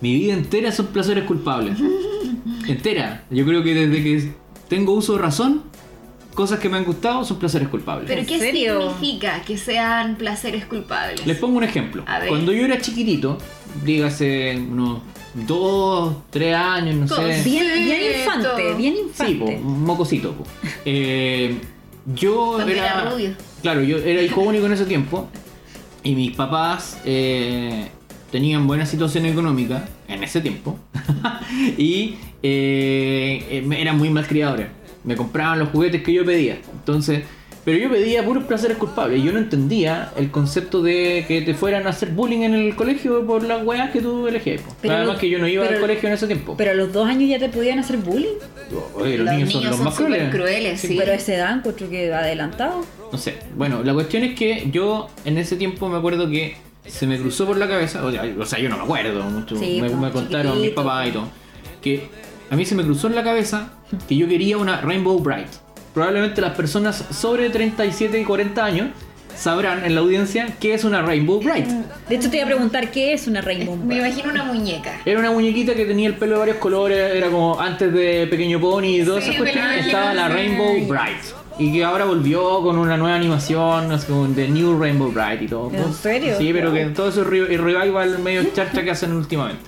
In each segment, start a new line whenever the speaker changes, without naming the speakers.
Mi vida entera son placeres culpables. entera. Yo creo que desde que tengo uso de razón, cosas que me han gustado son placeres culpables.
Pero
¿En
¿qué
serio?
significa que sean placeres culpables?
Les pongo un ejemplo.
A ver.
Cuando yo era chiquitito, dígase unos dos, tres años, no
Con
sé.
Bien,
Sí,
bien infante,
todo.
bien
Sí, po,
infante.
un mocosito. po. Eh, yo
Cuando
era,
era rubio.
Claro, yo era hijo único en ese tiempo y mis papás eh, tenían buena situación económica en ese tiempo y eh, eh, eran muy malcriadores. Me compraban los juguetes que yo pedía. Entonces, pero yo pedía puros placeres culpables. Yo no entendía el concepto de que te fueran a hacer bullying en el colegio por las weas que tú elegías. po.
Pero
Además
lo-
que yo no iba al
pero-
colegio en ese tiempo.
Pero a los dos años ya te podían hacer bullying.
Oye, los, niños son los más
súper
crueles.
crueles, sí.
Pero a esa edad encuentro que adelantado.
No sé. Bueno, la cuestión es que yo en ese tiempo me acuerdo que se me cruzó por la cabeza, o sea, o sea, yo no me acuerdo mucho,
Sí,
me,
pues,
me contaron mis
chiquitito.
papás y todo, que a mí se me cruzó en la cabeza que yo quería una Rainbow Bright. Probablemente las personas sobre 37 y 40 años sabrán en la audiencia qué es una Rainbow Bright.
De hecho, te iba a preguntar qué es una Rainbow
Me
Bright?
imagino una muñeca.
Era una muñequita que tenía el pelo de varios colores, era como antes de Pequeño Pony y todas
Sí,
esas
me lo
cuestiones,
imagino,
estaba la
sí.
Rainbow Bright. Y que ahora volvió con una nueva animación, así como The New Rainbow Bright y todo.
¿En serio?
Sí, pero que
Wow.
todo ese re- revival medio charcha que hacen últimamente.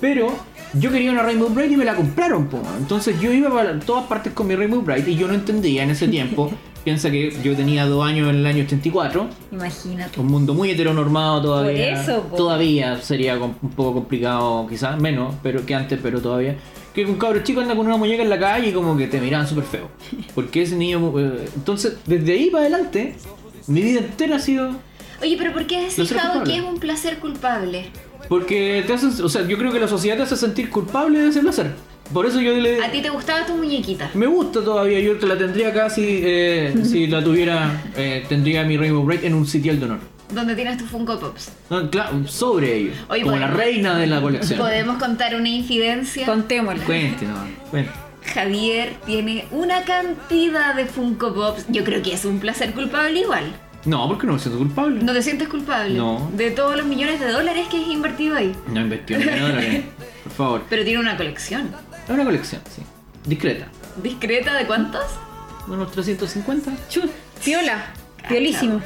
Pero yo quería una Rainbow Bright y me la compraron, po. Entonces yo iba para todas partes con mi Rainbow Bright y yo no entendía en ese tiempo. Piensa que yo tenía dos años en el año 84
Imagínate.
un mundo muy heteronormado todavía.
Por eso, po.
Todavía sería com- un poco complicado, quizás menos, pero que antes, pero todavía. Que un cabro chico anda con una muñeca en la calle y como que te miraban súper feo. Porque ese niño. eh, entonces, desde ahí para adelante, mi vida entera ha sido.
Oye, pero ¿por qué has
Placer
fijado
culpable.
que es un placer culpable?
Porque te hace. O sea, yo creo que la sociedad te hace sentir culpable de ese placer. Por eso yo le.
¿A ti te gustaba tu muñequita?
Me gusta todavía, yo te la tendría acá si, eh, si la tuviera. eh, tendría mi Rainbow Break en un sitial de honor.
Donde tienes tu Funko Pops.
No, claro, sobre ellos.
Oye,
como
podemos-
la reina de la colección.
Podemos contar una infidencia.
Contémoslo.
Cuente, no. Cuente.
Javier tiene una cantidad de Funko Pops. Yo creo que es un placer culpable igual.
No, porque no me siento culpable.
¿No te sientes culpable?
No.
De todos los millones de dólares que has invertido ahí.
No invertí un millón de dólares. Por favor.
Pero tiene una colección.
Es una colección, sí. Discreta.
¿Discreta de cuántos?
Unos 350.
Chus, piola. Piolísimo.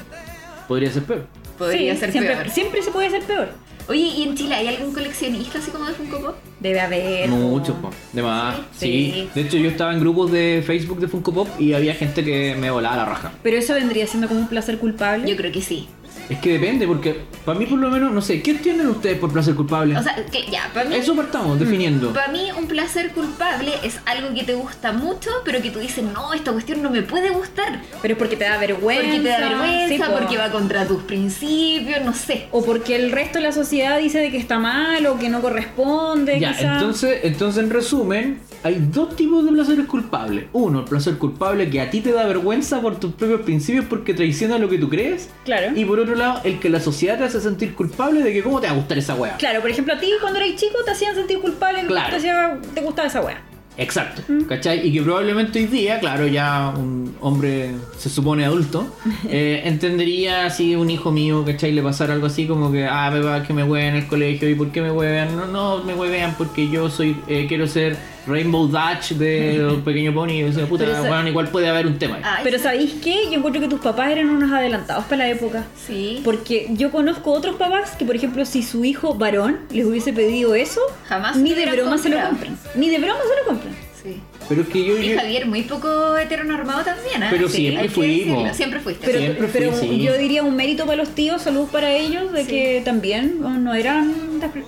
Podría ser peor.
Ah, Podría
Sí,
ser
siempre,
peor.
Siempre se puede hacer peor.
Oye, ¿y en Chile hay algún coleccionista así como de Funko Pop?
Debe haber.
Mucho,
po.
po. De más.
Sí.
Sí. De hecho, yo estaba en grupos de Facebook de Funko Pop y había gente que me volaba la raja.
Pero eso vendría siendo como un placer culpable.
Yo creo que sí.
Es que depende, porque para mí, por lo menos, no sé, ¿qué entienden ustedes por placer culpable?
O sea, Mm, que ya, para mí,
Eso partamos, definiendo.
para mí un placer culpable es algo que te gusta mucho, pero que tú dices, no, esta cuestión no me puede gustar.
Pero es porque te da vergüenza.
Porque te da
sí,
vergüenza,
po.
porque va contra tus principios, no sé.
O porque el resto de la sociedad dice de que está mal o que no corresponde.
Ya,
quizá.
entonces, entonces en resumen, hay dos tipos de placeres culpables. Uno, el placer culpable que a ti te da vergüenza por tus propios principios porque traiciona lo que tú crees.
Claro.
Y por otro lado, el que la sociedad te hace sentir culpable de que cómo te va a gustar esa weá.
Claro, por ejemplo, a ti cuando eras chico te hacían sentir culpable de que
Claro.
te, hacía- te gustaba esa wea.
Exacto, ¿cachai? Y que probablemente hoy día, claro, ya un hombre se supone adulto, eh, entendería si un hijo mío, ¿cachai? Le pasara algo así como que, ah, papá, que me hueven en el colegio y por qué me hueven. No, no, me huevean porque yo soy, eh, quiero ser Rainbow Dash de Pequeño Pony. Y decía, puta,
Pero esa- Ah.
weón, igual puede haber un tema. ahí.
Ay,
Pero
sí.
¿sabéis qué? Yo encuentro que tus papás eran unos adelantados para la época.
Sí.
Porque yo conozco otros papás que, por ejemplo, si su hijo varón les hubiese pedido eso,
Jamás
ni
se
de
hubieran
broma se lo
comprado.
compran. Ni de broma se lo compran.
Sí.
Pero es que yo...
Y
yo-
Javier, muy poco heteronormado también, ¿ah?
Pero
Sí,
siempre
hay que
fui,
decirlo,
mo.
Siempre fuiste.
Pero,
Siempre fui,
pero
sí.
yo diría un mérito para los tíos, salud para ellos, de
Sí.
que también no, no eran,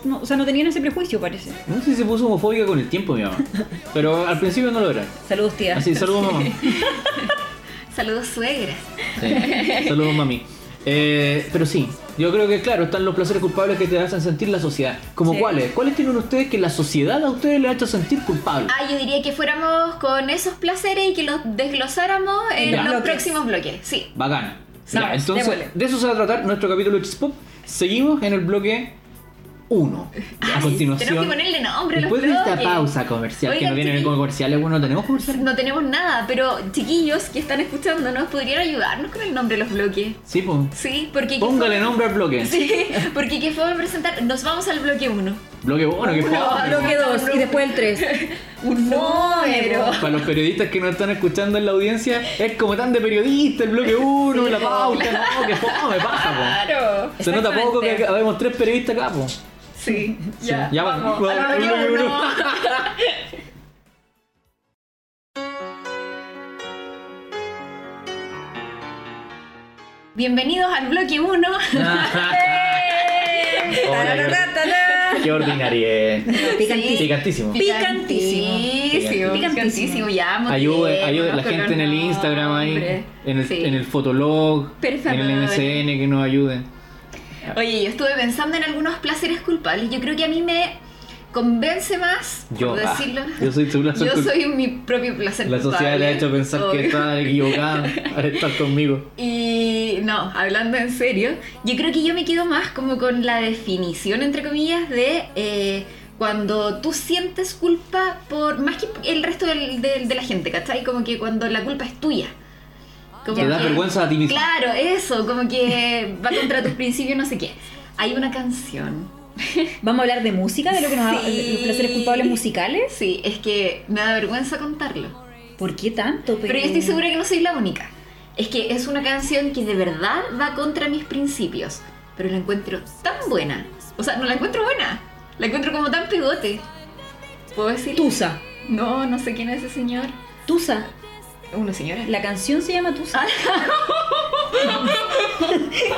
no, o sea, no tenían ese prejuicio, parece.
No sé si se puso homofóbica con el tiempo, mi mamá. Pero al principio no lo era.
Saludos, tía.
Así, saludos, mamá.
Saludos, suegras.
Sí. Saludos, mami. Eh, pero sí, yo creo que claro, están los placeres culpables que te hacen sentir la sociedad. Como
Sí.
cuáles, cuáles tienen ustedes que la sociedad a ustedes le ha hecho sentir culpable.
Ah, yo diría que fuéramos con esos placeres y que los desglosáramos en
Ya.
los
Bloques.
próximos bloques. Sí.
Bacana.
Sí,
Ya, entonces,
démosle.
de eso se va a tratar nuestro capítulo de Pop. Seguimos en el bloque 1. A
Ay,
continuación.
tenemos que ponerle nombre a los
Después de esta
bloques.
pausa comercial, que
Oigan,
no vienen
chiquillos.
comerciales, bueno, tenemos comerciales.
No tenemos nada, pero chiquillos que están escuchándonos podrían ayudarnos con el nombre de los bloques.
Sí, pues.
Sí, porque... ¿qué
Póngale
forma-
nombre al bloque.
Sí, porque ¿qué fue presentar? Nos vamos al bloque 1.
Bloque 1, que
Uno,
fue.
Bloque 2 y después el 3.
Un número.
Para los periodistas que no están escuchando en la audiencia, es como tan de periodista el bloque 1,
Sí,
la
po,
pauta, no, que fome, pasa,
Claro.
po. Se nota poco que acá- habemos tres periodistas acá, po.
Sí, ya.
Ya,
vamos.
bueno,
al
el
bloque
bloque
uno. Bienvenidos al bloque 1.
Hola,
Tararara, tarará.
Qué ordinaria. eh.
Picantísimo.
Picantísimo.
Picantísimo.
Picantísimo. Picantísimo. Ya, muy
Ayude,
bien,
ayude
no
la gente en el
color,
Instagram ahí,
hombre.
en el,
Sí.
en el Fotolog,
Por
en el
favor.
MCN, que nos ayuden.
Oye, yo estuve pensando en algunos placeres culpables. Yo creo que a mí me convence más,
Yo,
por
ah,
decirlo.
yo soy tu placer
Yo
culp-
soy mi propio placer
La sociedad le ha
culpable,
hecho pensar que
obvio.
está equivocada al estar conmigo.
Y no, hablando en serio, yo creo que yo me quedo más como con la definición, entre comillas, de eh, cuando tú sientes culpa por más que el resto del- del- de la gente, ¿cachai? Como que cuando la culpa es tuya. Como
Te da
que-
vergüenza a ti mismo.
Claro, eso, como que va contra tus principios, no sé qué. Hay una canción.
Vamos a hablar de música, de lo que nos ha-
Sí.
los placeres culpables musicales.
Sí, es que me da vergüenza contarlo.
¿Por qué tanto?
Pero yo estoy segura que no soy la única. Es que es una canción que de verdad va contra mis principios. Pero la encuentro tan buena. O sea, no la encuentro buena. La encuentro como tan pegote. ¿Puedo decir?
Tusa.
No, no sé quién es ese señor.
Tusa.
Una señora.
La canción se llama Tusa.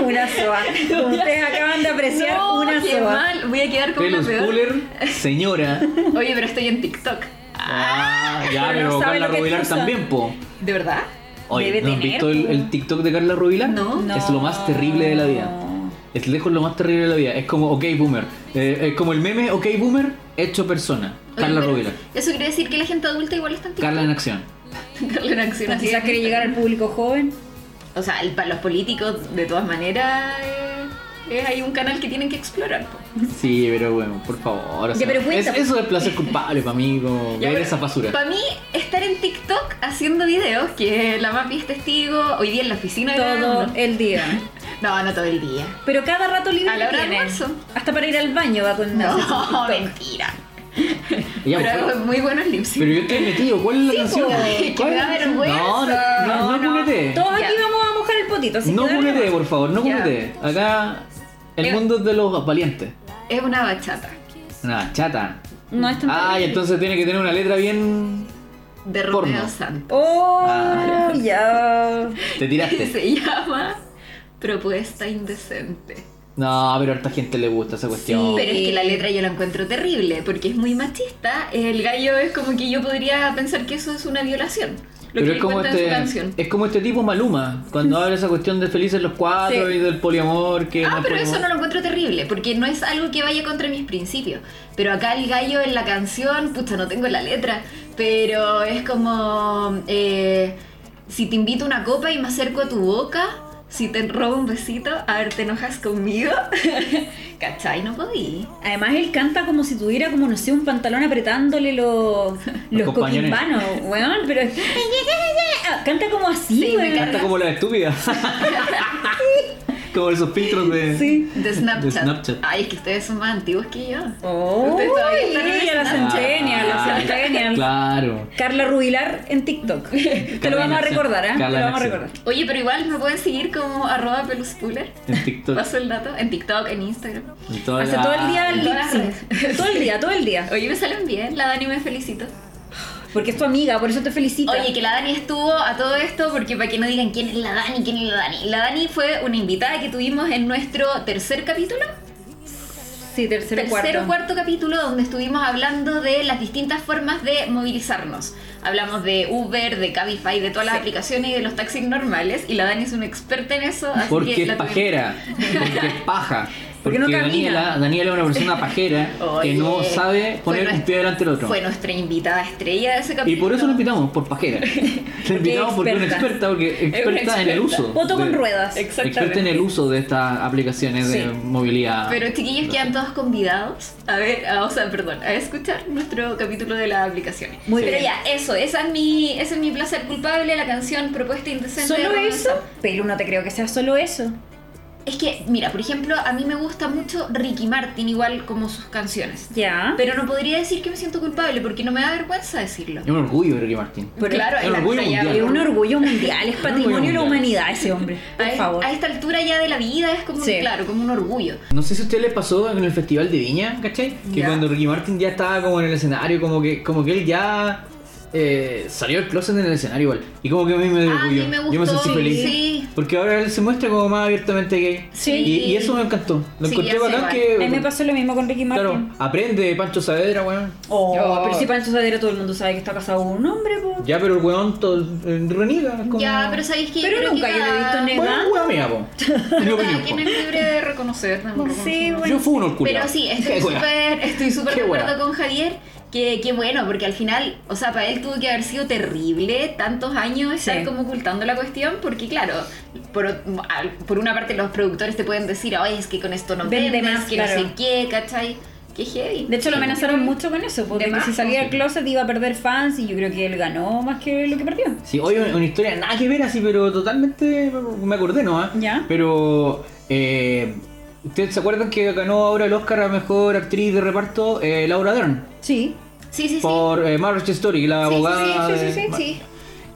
una soa. Como ustedes acaban de apreciar,
No,
una
qué
soa.
mal. Voy a quedar como la
Pelos
peor.
Cooler, señora.
Oye, pero estoy en TikTok.
Ah, ya,
pero no
pero
sabe
Carla
lo que
Rubilar
usa.
también, po.
¿De verdad?
Oye,
Debe
¿no has
tener,
visto el,
po.
el TikTok de Carla Rubilar?
No.
Es lo más terrible de la vida. Es lejos lo más terrible de la vida. Es como OK Boomer. Eh, es como el meme OK Boomer hecho persona.
Oye,
Carla
pero
Rubilar.
Eso quiere decir que la gente adulta igual está en TikTok.
Carla en acción.
Carla en acción.
No,
así
quizás
es.
quiere llegar al público joven.
O sea, el- para los políticos, de todas maneras, eh, es ahí un canal que tienen que explorar. po.
Sí, pero bueno, por favor. o
Ya,
sea,
pero cuenta,
es-
po.
eso es placer culpable para mí, como ver esa basura.
Para mí, estar en TikTok haciendo videos, que la Mapi es testigo, hoy día en la oficina
Todo
grabando.
el día.
No, no todo el día.
Pero cada rato libre
A la
que
hora de
tiene.
almuerzo.
Hasta para ir al baño va con una
No, mentira.
Ya,
Pero
pues,
hago muy buenos lip sync.
pero yo estoy metido. ¿Cuál es la canción?
po, que
¿Cuál
me
es
da
la canción?
vergüenza.
No, no, no, no,
No, no.
culetees.
Todos aquí
Ya.
vamos a mojar el potito, así
No
que dale
culetee,
nomás.
por favor, no
Ya.
culetee. Acá el
Eh.
mundo es de los valientes.
Es una bachata.
Una chata.
No es tan
Ah,
Ay,
terrible.
entonces tiene que tener una letra bien.
De Romeo
Porno.
Santos.
Oh,
Ah.
ya.
Te tiraste.
Se llama Propuesta Indecente.
No, pero a harta gente le gusta esa cuestión.
Pero es que la letra yo la encuentro terrible, porque es muy machista. El gallo es como que yo podría pensar que eso es una violación. Lo
Pero
que
es
él
como,
cuenta en su
este,
canción.
es como este tipo Maluma, cuando habla esa cuestión de felices los cuatro
Sí.
y del poliamor que no
Ah,
es
pero eso
poliamor.
no lo encuentro terrible, porque no es algo que vaya contra mis principios. Pero acá el gallo en la canción, puta, no tengo la letra, pero es como, eh, si te invito a una copa y me acerco a tu boca, si te robo un besito, a ver, ¿te enojas conmigo? ¿Cachai? No podí.
Además él canta como si tuviera como no sé un pantalón apretándole los los
compañeros.
coquimbanos, weón, pero Ah, canta como así,
Sí, me
weón.
encanta.
Está como la estúpida. como esos filtros de.
Sí.
De Snapchat.
De Snapchat.
Ay, es que ustedes son más antiguos que yo.
Oh,
Ustedes todavía están en Ah,
y a la
Ah,
Snapchat.
centennial, la centennial.
Claro.
Carla Rubilar en TikTok. Te lo
Carla
vamos a
en acción.
recordar, ¿eh? Te
Carla
lo
en
vamos a
acción.
recordar.
Oye, pero igual me pueden seguir como arroba peluspuller.
En TikTok.
Paso el dato en TikTok, en Instagram.
En toda
Hace
la-
todo el día
en
lip
todas las
sync. Todo el día, todo el día.
Oye, me salen bien, la Dani me felicito.
Porque es tu amiga, por eso te felicito.
Oye, que la Dani estuvo a todo esto, porque para que no digan quién es la Dani, quién es la Dani. La Dani fue una invitada que tuvimos en nuestro tercer capítulo,
sí,
tercer
tercero,
o
cuarto.
cuarto capítulo, donde estuvimos hablando de las distintas formas de movilizarnos. Hablamos de Uber, de Cabify, de todas las
Sí.
aplicaciones y de los taxis normales, y la Dani es una experta en eso. Así
Porque
que
es
la tuvimos-
pajera, porque es paja.
Porque no camina.
Daniela, Daniela es una persona pajera
Oye,
que no sabe
fue
poner un
nuestra-
pie delante del otro.
Fue nuestra invitada estrella de ese capítulo.
Y por eso la invitamos, por pajera. La invitamos porque es una experta, porque experta, en el uso.
Voto con
de-
ruedas.
Exactamente.
Experta en el uso de estas aplicaciones de
Sí.
movilidad.
Pero chiquillos quedan todos convidados a ver, a- o sea, perdón, a escuchar nuestro capítulo de las aplicaciones.
Muy
Pero
bien.
ya, eso, esa es mi, ese es mi placer culpable, la canción propuesta indecente. de
¿Solo
Romeo
eso?
Santos.
Pero no te creo que sea solo eso.
Es que, mira, por ejemplo, a mí me gusta mucho Ricky Martin, igual como sus canciones.
Ya.
Pero no podría decir que me siento culpable porque no me da vergüenza decirlo.
Es un orgullo, Ricky Martín.
Pero-
claro,
es
en la
orgullo
altura ya-
mundial.
Es un orgullo mundial, es
Un
patrimonio
orgullo
de la
Ah, mundial.
humanidad ese hombre. Por
a, e-
favor.
a esta altura ya de la vida es como, un-
Sí.
claro, como un orgullo.
No sé si a usted le pasó en el festival de Viña, ¿cachai? Que
Ya.
cuando Ricky Martin ya estaba como en el escenario, como que, como que él ya eh, salió del closet en el escenario igual. Y como que a mí me dio
Ah, a mí
orgullo.
me
Yo me
gustó,
sentí feliz.
sí.
Porque ahora él se muestra como más abiertamente gay.
Sí.
Y, y eso me encantó. Lo
Sí,
encontré
ya sé
bacán
cuál.
A
que.
mí me pasó lo mismo con Ricky Martin.
Claro, aprende Pancho Saavedra, weón.
Oh,
Oh.
pero si Pancho Saavedra todo el mundo sabe que está casado con un hombre, po.
Ya, pero el weón to- eh, reniega. es Como...
Ya, pero sabéis que. yo
Pero
creo que
nunca yo lo he
cada-
visto negro.
Bueno, weón mía, po. Mi
Pero
opinión,
cada
po.
quien es libre de reconocer también.
Sí,
reconocemos.
bueno.
Yo fui un orgullo.
Pero sí, estoy súper estoy súper
Qué
de
wea.
acuerdo con Javier. Que, que bueno, porque al final, o sea, para él tuvo que haber sido terrible tantos años estar
Sí.
como ocultando la cuestión, porque claro, por, o- al- por una parte los productores te pueden decir, ay, es que con esto no
Vende
vendes,
más,
que
claro.
no sé qué, ¿cachai? Qué heavy.
De hecho, lo amenazaron mucho con eso, porque
De más,
si salía del
sí.
closet iba a perder fans y yo creo que él ganó más que lo que perdió.
Sí, hoy una historia nada que ver así, pero totalmente me acordé, ¿no? ah?
Ya.
Pero, eh, ¿ustedes se acuerdan que ganó ahora el Oscar a Mejor Actriz de Reparto eh, Laura Dern?
Sí.
Sí, sí, sí.
Por eh, Marriage Story, la
Sí, sí,
abogada.
sí, sí, sí,
de-
sí, sí.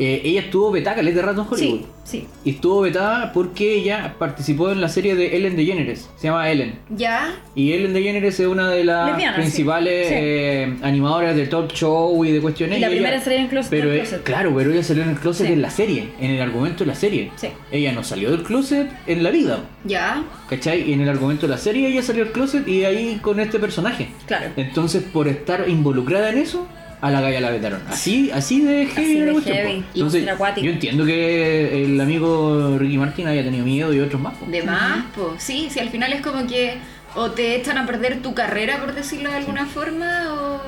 Eh, ella estuvo vetada caleta de rato en Hollywood.
Sí, sí.
Y estuvo vetada porque ella participó en la serie de Ellen DeGeneres. Se llama Ellen.
Ya,
Y Ellen DeGeneres es una de las
Lesbiana, sí.
principales
Sí.
eh, animadoras del talk show y de cuestiones.
Y la
ella-
primera en salir en closet-
Pero
del
es-
closet.
claro, pero ella salió en el closet
Sí.
en la serie, en el argumento de la serie.
Sí.
Ella no salió del closet en la vida,
ya.
¿cachai? Y en el argumento de la serie ella salió del closet y ahí con este personaje.
Claro.
Entonces, por estar involucrada en eso, a la galla la vetaron. Así, así de heavy
Así
era
de
la cuestión,
heavy.
po.
Y
Entonces,
ultra acuático.
yo entiendo que el amigo Ricky Martin haya tenido miedo y otros más. po.
De más, pues sí, si al final es como que o te echan a perder tu carrera, por decirlo de alguna forma, o,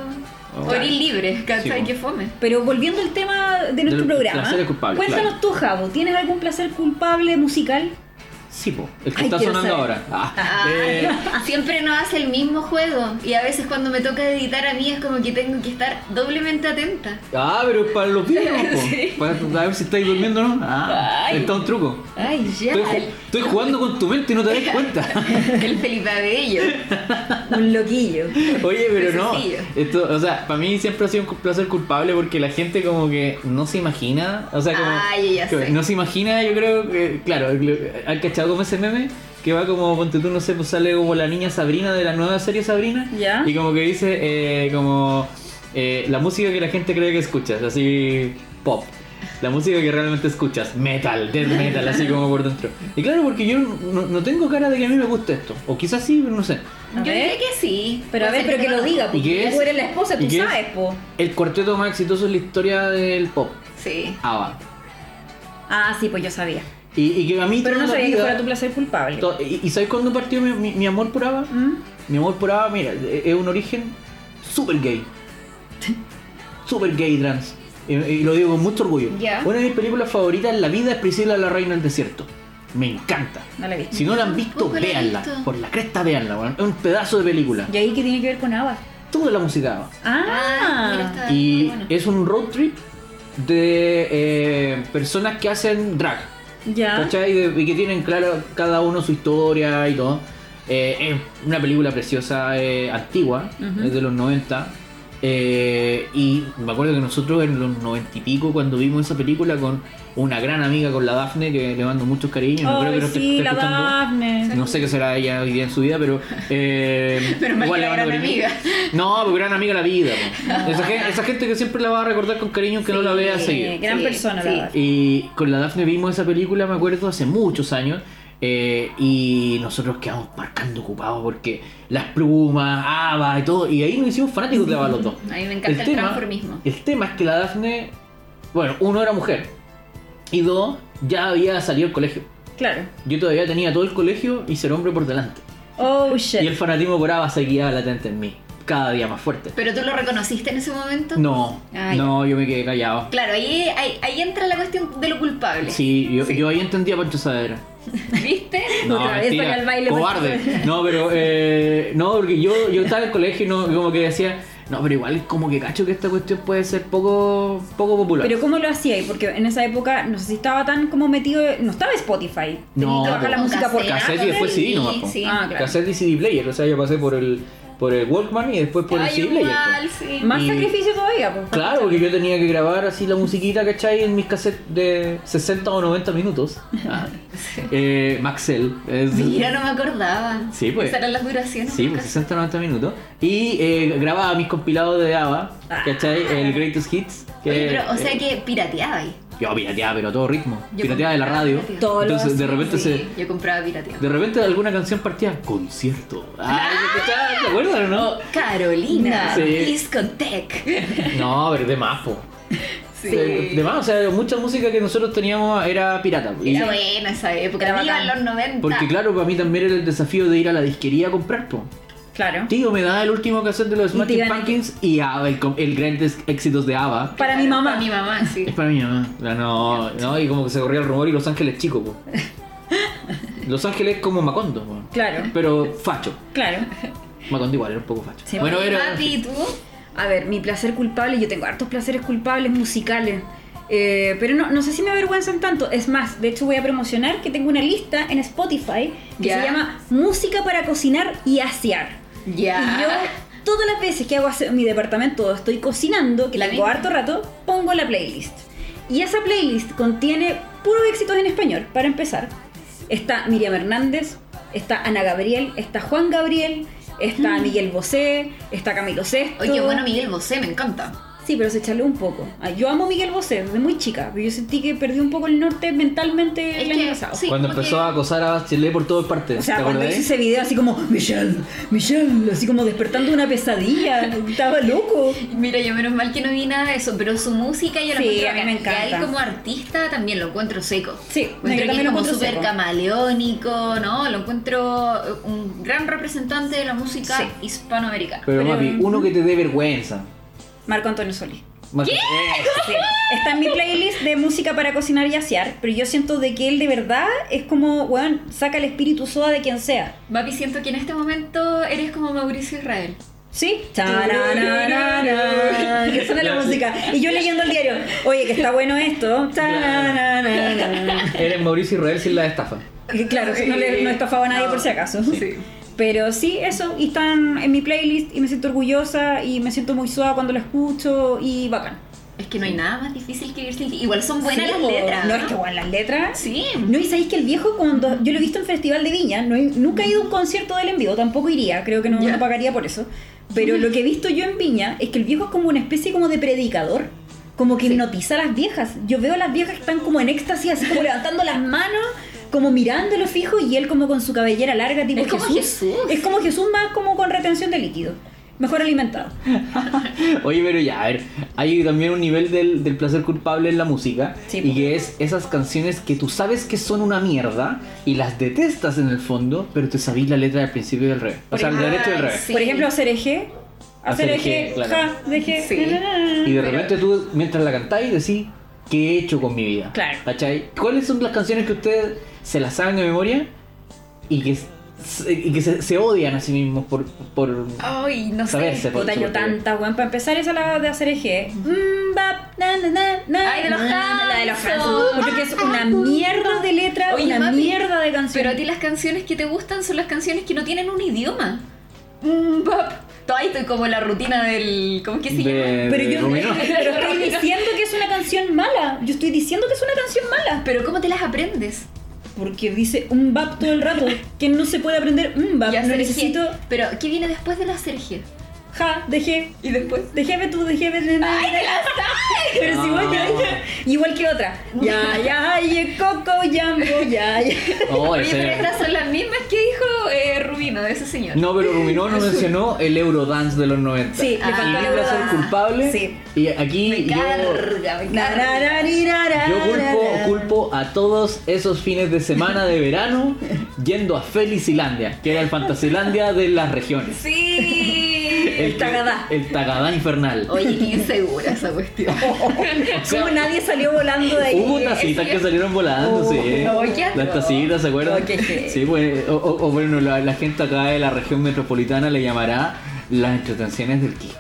Oh.
o eres libre, ¿cachai?
Sí, po.
que fome.
Pero volviendo al tema de nuestro
Del
programa,
placer culpable,
cuéntanos
claro.
tú, Javo, ¿tienes algún placer culpable musical?
Sí, po, el que
Ay,
está
quiero
sonando
saber.
ahora. Ah,
Ah,
eh,
siempre no hace el mismo juego y a veces cuando me toca editar a mí es como que tengo que estar doblemente atenta.
Ah, pero es para los vídeos, po. Para a ver si estáis durmiendo o no. Ah,
Ay.
está un truco.
Ay, ya.
Estoy, ju-
El,
estoy jugando con tu mente y no te das cuenta.
el Felipe Abello.
Un loquillo.
Oye, pero no.
Sencillo.
Esto, o sea, para mí siempre ha sido un cu- placer culpable porque la gente como que no se imagina. O sea, como.
Ay, Ah, ya
como
sé.
No se imagina, yo creo que. Claro, lo- ¿han cachado como ese meme? Que va como, ponte tú, no sé, pues sale como la niña Sabrina de la nueva serie Sabrina.
Ya.
Y como que dice, eh, como. eh, la música que la gente cree que escuchas, así. pop. La música que realmente escuchas, metal, death metal, así como por dentro. Y claro, porque yo no, no tengo cara de que a mí me guste esto. O quizás sí, pero no sé.
A
Yo
ver.
diría que sí.
Pero a
Puede
ver,
ser
pero que
no
lo diga, pues.
¿Y qué
porque
es?
tú eres la esposa,
¿Y
tú
qué es?
sabes, po.
El cuarteto más exitoso en la historia del pop,
Sí.
ABBA.
Ah, sí, pues yo sabía.
Y, y que a mí
Pero
toda
no
la
sabía que
vida-
fuera tu placer culpable.
to- y, y sabes cuándo partió mi, mi- mi amor por ABBA?
¿Mm?
Mi amor por ABBA, mira, e- es un origen súper gay. Súper gay trans. Y, y lo digo con mucho orgullo.
Ya.
Una de mis películas favoritas en la vida es Priscila la Reina del Desierto. Me encanta.
No la viste.
Si no la han visto,
Tampoco la he
véanla.
visto.
Por la cresta, véanla, weón. Es un pedazo de película.
¿Y ahí qué tiene que ver con Ava?
Toda la música de ABBA.
Ah, mira,
Ah,
está muy
Y
bueno.
es un road trip de eh, personas que hacen drag.
ya.
¿Cachai? Y, de- y que tienen claro cada uno su historia y todo. Eh, es una película preciosa, eh, antigua,
Ujú.
es de los 90. Eh, y me acuerdo que nosotros en los 90 y pico, cuando vimos esa película con una gran amiga, con la Dafne, que le mando muchos cariños, no creo
Ay,
que nos
sí,
esté
la
escuchando.
Daphne.
No sé qué será ella hoy día en su vida, pero. Eh,
Pero más que la
mando
gran
cariño. No, pero gran amiga la vida. po. Esa, gen- esa gente, que siempre la va a recordar con cariño aunque no la vea
Sí,
seguido.
Gran
Sí,
persona,
sí.
la Daphne.
Y con la Dafne vimos esa película, me acuerdo, hace muchos años. eh, y nosotros quedamos parcando ocupados porque las plumas, Ava y todo. Y ahí nos hicimos fanáticos de Ava los dos.
A mí me encanta el, transformismo.
El tema es que la Dafne, bueno, uno era mujer. Y dos, ya había salido del colegio.
Claro.
Yo todavía tenía todo el colegio y ser hombre por delante.
Oh,
Y el
shit.
fanatismo por Ava seguía latente en mí, cada día más fuerte.
¿Pero tú lo reconociste en ese momento?
No,
Ay.
no, yo me quedé callado.
Claro, ahí, ahí, ahí entra la cuestión de lo culpable.
Sí, yo, yo ahí entendía a Pancho Saavedra.
¿Viste?
No,
Otra vez
mentira,
saca el baile, pues.
pues.
cobarde.
Pancho Saavedra.
No, pero eh, no, porque yo, yo estaba en el colegio y no, como que decía, No, pero igual es como que cacho que esta cuestión puede ser poco, poco popular.
Pero ¿cómo lo hacía ahí? Porque en esa época no sé si estaba tan como metido. No estaba Spotify. Tenía
No,
que bajar la
pero-
música por
Cassette.
casa.
y después CD nomás, po.
Sí.
Ah, claro.
Cassette y CD player, o sea, yo pasé por el, por el Walkman y después por el
Ay,
CD player. pues.
igual, sí.
Más
Y-
sacrificio todavía, pues.
Claro, porque yo tenía que grabar así la musiquita, ¿cachai? En mis cassettes de 60 o 90 minutos. Ah. Eh, Maxell. es-
Mira, no me acordaba.
Sí, pues.
Esas eran las duraciones.
Sí,
por
pues
caso.
60 o 90 minutos. Y eh, grababa mis compilados de ABBA, ¿cachai? El Greatest Hits. que-
Ah. Oye, pero, o sea
eh,
que pirateaba ahí.
Yo pirateaba, pero a todo ritmo.
Yo
pirateaba de la radio.
pirateaba.
Todo lo
Entonces, de
hacía,
repente se.
Sí, yo compraba pirateaba.
De repente alguna canción partía concierto. Ay, ¿cachai? ¿Te acuerdas o no?
Carolina,
Sí.
discotec.
No, pero de más, po. Eh, De, de más, o sea, mucha música que nosotros teníamos era pirata. po. Y-
Era buena esa época.
Era
Viva
bacán.
los 90.
porque claro, para mí también era el desafío de ir a la disquería a comprar, po.
Claro.
Tío, me da el último cassette de los
Y te
Smashing
iban a-
Pumpkins y ABBA, el, com- el Grandes Éxitos de ABBA.
Para mi mamá.
Para mi mamá, sí.
Es para mi mamá. No, no, no, y como que se corría el rumor y Los Ángeles chico, po. Los Ángeles como Macondo, po.
Claro.
Pero facho.
Claro.
Macondo igual era un poco facho.
Sí.
bueno,
Oye,
era.
Papi, ¿y tú?
A ver, mi placer culpable, yo tengo hartos placeres culpables musicales. eh, pero no, no sé si me avergüenzan tanto. Es más, de hecho voy a promocionar que tengo una lista en Spotify que
Ya.
se llama Música para cocinar y asear. Y yo
Ya.
todas las veces que hago aseo en mi departamento o estoy cocinando, que
La
la tengo
misma.
harto rato, pongo la playlist. Y esa playlist contiene puros éxitos en español, para empezar. Está Miriam Hernández, está Ana Gabriel, está Juan Gabriel, está Miguel Bosé, está Camilo Sesto.
Mm. Oye, bueno, Miguel Bosé, me encanta.
Sí, pero se echarle un poco. Ah, Yo amo a Miguel Bosé desde muy chica, pero yo sentí que perdí un poco el norte mentalmente
Es
el año
que,
pasado.
sí.
cuando
como
empezó
que-
a acosar a Bachelet por todas partes.
O sea,
¿Te
cuando
acordás?
hice ese video así como, Michelle, Michelle, así como despertando una pesadilla, estaba loco.
Mira, yo menos mal que no vi nada de eso, pero su música yo la
Sí,
encuentro
a mí
bacán.
me
Y a
encanta.
él como artista también lo encuentro seco.
Sí,
encuentro
yo
que
también
es
lo
como
encuentro
súper
seco.
camaleónico, ¿no? Lo encuentro eh, un gran representante de la música
Sí.
hispanoamericana.
Pero,
Pero-
papi, uno que te dé vergüenza.
Marco Antonio Solís.
Más- Eh,
Sí. Está en mi playlist de música para cocinar y asear, pero yo siento de que él de verdad es como, weón, saca el espíritu soda de quien sea.
Papi, siento que en este momento eres como Mauricio Israel.
¿Sí? Tarararara, Que suena la música. Y yo leyendo el diario, oye, que está bueno esto. Tarararara.
Eres Mauricio Israel sin la estafa.
Y Eh, Claro, no, le, no
Eh,
he estafado a nadie por si acaso. Pero sí, eso, y están en mi playlist y me siento orgullosa y me siento muy suave cuando lo escucho y bacán.
Es que no hay nada más difícil que irse. Igual son buenas
Sí,
las
po.
letras.
No, es que buenas las letras.
Sí.
No, y sabéis que el viejo, cuando yo lo he visto en Festival de Viña, no he- nunca he ido a un concierto del en vivo, tampoco iría, creo que no,
Ya.
no pagaría por eso. Pero lo que he visto yo en Viña es que el viejo es como una especie como de predicador, como que
Sí.
hipnotiza a las viejas. Yo veo a las viejas que están como en éxtasis, así como levantando las manos, como mirándolo fijo, y él como con su cabellera larga, tipo
Es como Jesús.
Es como Jesús más como con retención de líquido, mejor alimentado.
Oye, pero ya, a ver, hay también un nivel del, del placer culpable en la música
Sí, pues.
y
po.
que es esas canciones que tú sabes que son una mierda y las detestas en el fondo, pero te sabís la letra del principio y del revés. O
Por
sea, el
ejemplo,
derecho y el
ay,
revés.
Sí.
Por ejemplo, hacer eje,
Hacer
hacer
eje,
eje,
claro.
ja, deje,
Sí.
na, na, na.
Y de
Pero-
repente tú, mientras la cantáis, decís, ¿qué he hecho con mi vida?
Claro.
¿Cachai? ¿Cuáles son las canciones que ustedes se las saben de memoria y que, se- y que se, se odian a sí mismos por... por...
Ay, no
Saberse,
sé.
po.
Puta, yo tanta, weón. Para empezar, esa la de hacer eje. Mm, bap, na, na, na, na,
Ay, de los
na, Ah, La de los
Hanson. Ah,
Hanson. Porque es una mierda de letra,
Oye,
una
mami,
mierda de canción.
Pero a ti las canciones que te gustan son las canciones que no tienen un idioma. Mm, bop. Todavía estoy como en la rutina del. ¿Cómo es que se llama?
de-
Pero
de
yo
Eh, Romeo.
pero estoy diciendo que es una canción mala. Yo estoy diciendo que es una canción mala.
Pero ¿cómo te las aprendes?
Porque dice un bap todo el rato. Que no se puede aprender un bap.
Ya,
No
Sergio.
necesito
Pero ¿qué viene después de la Sergio?
ja, dejé.
Y después.
Dejéme tú, dejéme. na, na. Pero si vos
Ah.
ya, ya- Igual que otra. Ya, ya, ya, coco, yambo, ya, ya.
Oh,
Oye,
ese-
pero estas son las mismas que dijo eh, Rubino, de ese señor.
No, pero Rubinó no mencionó el Eurodance de los 90.
Sí, le
Ah. y
faltó el
yo quiero ser
Eurodance.
culpable.
Sí.
Y aquí
Me
yo,
carga, me
Na,
carga.
na, na, ni, na, na,
yo
na,
culpo,
na.
culpo a todos esos fines de semana de verano yendo a Felicilandia, que era el Fantasilandia de las regiones.
Sí.
El,
Tagadá.
El Tagadá infernal.
Oye, qué insegura esa cuestión.
O sea,
Como nadie salió volando de ahí.
Hubo tacitas que salieron volando,
Oh,
sí.
no, qué
Las
asco.
tacitas, ¿se acuerdan?
No, qué heavy.
sí, pues, o, o- o bueno, la, la gente acá de la región metropolitana le llamará las entretenciones del Quisco.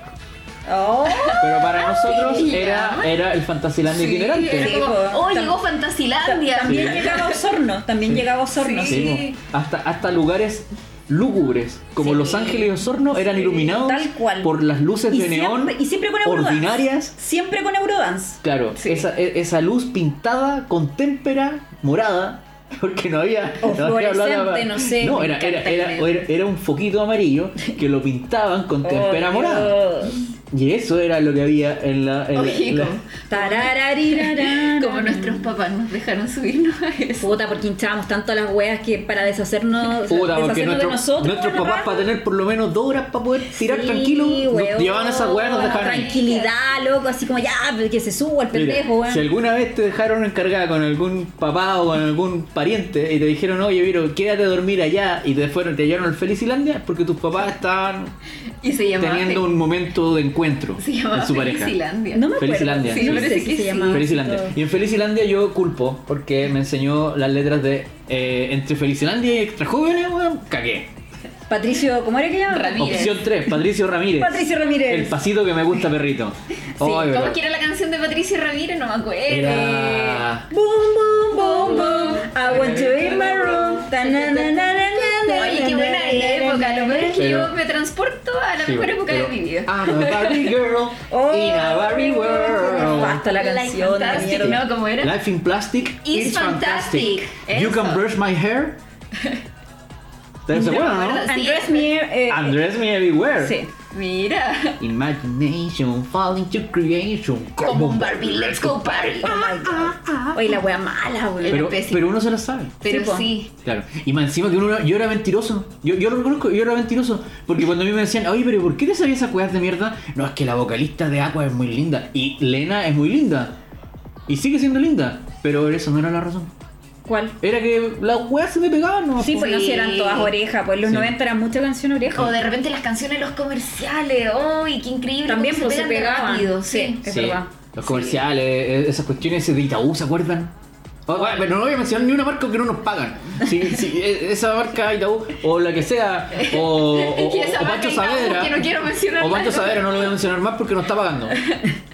Oh.
Pero para nosotros
ya.
era, era el Fantasilandia
Sí,
itinerante.
Era
sí.
como, oh,
Tam-
llegó
Ta-
Fantasilandia.
También
Sí.
llegaba Osorno, también
Sí.
llegaba Osorno.
Sí,
Sí.
po. hasta, hasta lugares lúgubres, como
Sí.
Los Ángeles y Osorno, eran iluminados
Tal cual.
por las luces
Y
de neón
siempre- y siempre con Eurodance.
ordinarias.
Siempre con Eurodance.
Claro,
Sí.
esa, e- esa luz pintada con témpera morada, porque no había...
O
no había
fluorescente,
hablaba-
no sé,
No,
me
era, era,
encanta
era,
el-
era- era un foquito amarillo que lo pintaban con témpera
Oh,
morada.
Dios.
Y eso era lo que había en la... en la-
Oye,
en la-
como-
Tarararararara.
Como nuestros papás nos dejaron subirnos a eso.
Puta, porque hinchábamos tanto a las weas que para deshacernos,
Puta, porque
deshacernos
nuestro-
de nosotros.
nuestros
weón,
papás para tener por lo menos dos horas para poder tirar
Sí,
tranquilo, nos
weón.
llevaban esas weas y nos dejaban ahí.
Tranquilidad, loco, así como ya, que se suba el
Mira,
pendejo, weón.
si alguna vez te dejaron encargada con algún papá o con algún pariente y te dijeron, oye, Viro, quédate a dormir allá y te fueron, te llevaron al Felicilandia, es porque tus papás estaban
Y se llamaba.
teniendo un momento de encuentro
Se llamaba
en su pareja.
Felicilandia.
No me acuerdo.
Felicilandia. Sí,
no
parece
sé si
que
se
sí.
llamaba.
Felicilandia.
Todo.
Y en Felicilandia yo culpo porque me enseñó las letras de eh, entre Felicilandia y Extra Jóvenes, weón, cagué.
Patricio, ¿cómo era que llamaba?
Ramírez.
Opción 3, Patricio Ramírez.
Patricio Ramírez.
El pasito que me gusta, perrito. Ay,
¿Cómo
pero-
es que era la canción de Patricia Ramírez? No me acuerdo. eh,
Era-
Boom, boom, boom, boom. I want to in my room. Ta na na na na na na
Oye, qué
na
buena
na na
época.
na
Lo peor es que
Pero-
yo me transporto a la
Sí,
mejor época
pero-
de mi vida.
I'm a Barbie girl
Oh,
in a Barbie world.
Basta la
Like
canción, la
Fantastic,
mierda.
¿no? ¿Cómo era?
Life in plastic
Is
is fantastic.
fantastic.
You
Eso.
can brush my hair. ¿Te se acuerdan,
¿verdad?
no?
Andrés Mier. eh,
And dress me everywhere.
Sí.
Mira.
Imagination falling to creation.
Como un Barbie, let's go party.
Oh my god. Oye, la wea mala, weón.
Pero,
pésimo.
pero uno se lo sabe.
Pero
Sí, po.
sí.
Claro. Y más encima que uno era- yo era mentiroso. Yo, yo lo reconozco, yo era mentiroso. Porque cuando a mí me decían, oye, pero ¿por qué te sabías esas weas de mierda? No, es que la vocalista de Aqua es muy linda. Y Lena es muy linda. Y sigue siendo linda. Pero eso no era la razón.
¿Cuál?
Era que las weas se me pegaban, ¿no?
Sí,
Sí.
pues no, si eran todas orejas, pues en los
Sí.
90 eran muchas canciones
O
orejas.
de repente las canciones, los comerciales. ¡Uy, qué increíble!
También
cómo
pues, se
pegan de
pegaban.
rápido,
Sí.
sí.
Es
Sí,
verdad.
Los comerciales, eh, esas cuestiones de Itaú, ¿se acuerdan? Oh, bueno, pero no voy a mencionar ni una marca que no nos pagan. Sí, sí, e- esa marca Itaú, o la que sea, o, o,
Que esa
o
marca
Pancho
Itaú,
Saavedra.
que no quiero mencionarla.
o Pancho Saavedra, no lo voy a mencionar más porque no está pagando.
Pancho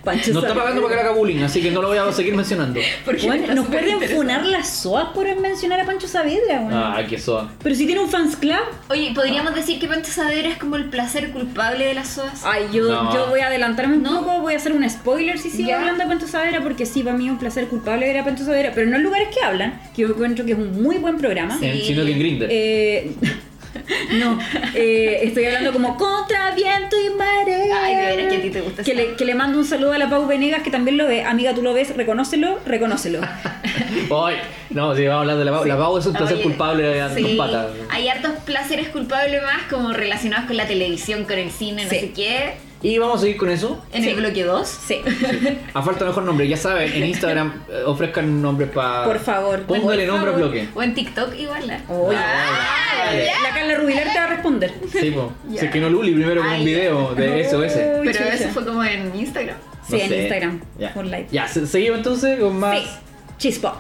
No está
Saavedra.
pagando porque era cabulín, así que no lo voy a seguir mencionando.
Porque
Weón,
era
nos
súper
pueden
interesante.
funar las soas por mencionar a Pancho Saavedra, weón.
Ah, que eso.
Pero si tiene un fans club.
Oye, ¿podríamos decir que Pancho Saavedra es como el placer culpable de las soas?
Ay, yo,
No.
yo voy a adelantarme un
No.
poco, voy a hacer un spoiler si sigo
Ya.
hablando de Pancho Saavedra, porque sí, para mí es un placer culpable ver a Pancho Saavedra, pero no en lugares que hablan, que yo encuentro que es un muy buen
Ah,
programa.
En sino que en Grindr.
Eh, no, eh, estoy hablando como contra viento y marea.
Ay, de veras que a ti te gusta
Que
esa.
le, que le mando un saludo a la Pau Venegas, que también lo ve. Amiga, tú lo ves, reconócelo, reconócelo.
Ay, no, si vamos a hablar de la Pau. La Pau es un
Ah,
placer
Ah, Oye,
culpable de las
sí,
patas.
Hay hartos placeres culpables más como relacionados con la televisión, con el cine, no
Sí.
sé qué.
Y vamos a seguir con eso.
En
Sí.
el bloque 2.
Sí.
A falta de mejor nombre, ya saben, en Instagram eh, ofrezcan nombres para.
Por favor,
Póngale
por
nombre al
favor.
bloque.
O en TikTok igual. ¿eh?
Oye,
Ah,
vale.
ya.
La Carla Rubilar te va a responder.
Sí, po.
Ya.
Si es que no Luli primero con
Ay,
un video de SOS.
Uy,
Pero
chucha.
eso fue como en Instagram.
Sí,
No
en
sé.
Instagram.
Ya.
Por live.
Ya, se- seguimos entonces con más.
Sí. Cheese Pop.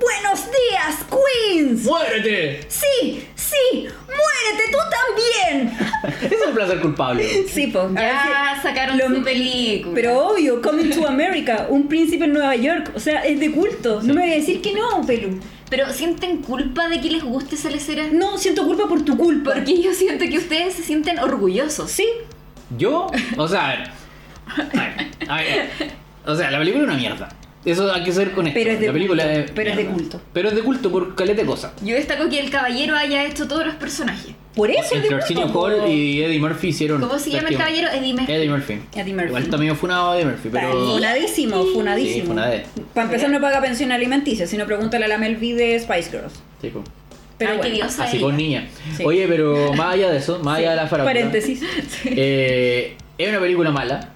Buenos días, Queens.
¡Muérete!
Sí, sí, muérete tú también.
Ese es un placer culpable.
Sí, pues.
Ya sacaron
lo-
su película.
Pero obvio, Coming to America, un príncipe en Nueva York, o sea, es de culto. No me voy a decir que no, Pelu.
Pero sienten culpa de que les guste esa lecera.
No, siento culpa por tu culpa.
Porque yo siento que ustedes se sienten orgullosos.
Sí,
Yo, o sea, a ver. A ver, a ver. O sea, la película es una mierda. Eso hay que ser con esto.
Pero es de
la película
culto,
es
pero es de
mierda.
culto.
Pero es de culto por caleta de cosas.
Yo destaco que el caballero haya hecho todos los personajes.
por eso es de
Entre Arsenio
culto. po.
Hall y Eddie Murphy hicieron.
¿Cómo se llama el
cuestión.
caballero? Eddie Murphy.
Eddie Murphy.
Eddie Murphy.
Igual está medio funado Eddie Murphy, pero.
Funadísimo, funadísimo.
Sí, funadé.
Para empezar, no paga pensión alimenticia, sino pregúntale a la Melvi de Spice Girls.
Sí, po.
Pero
Ay,
bueno.
qué diosa
pues, Así
ella.
con niña.
Sí.
Oye, pero más allá de eso, más allá de la farándula.
Paréntesis.
eh, es una película mala,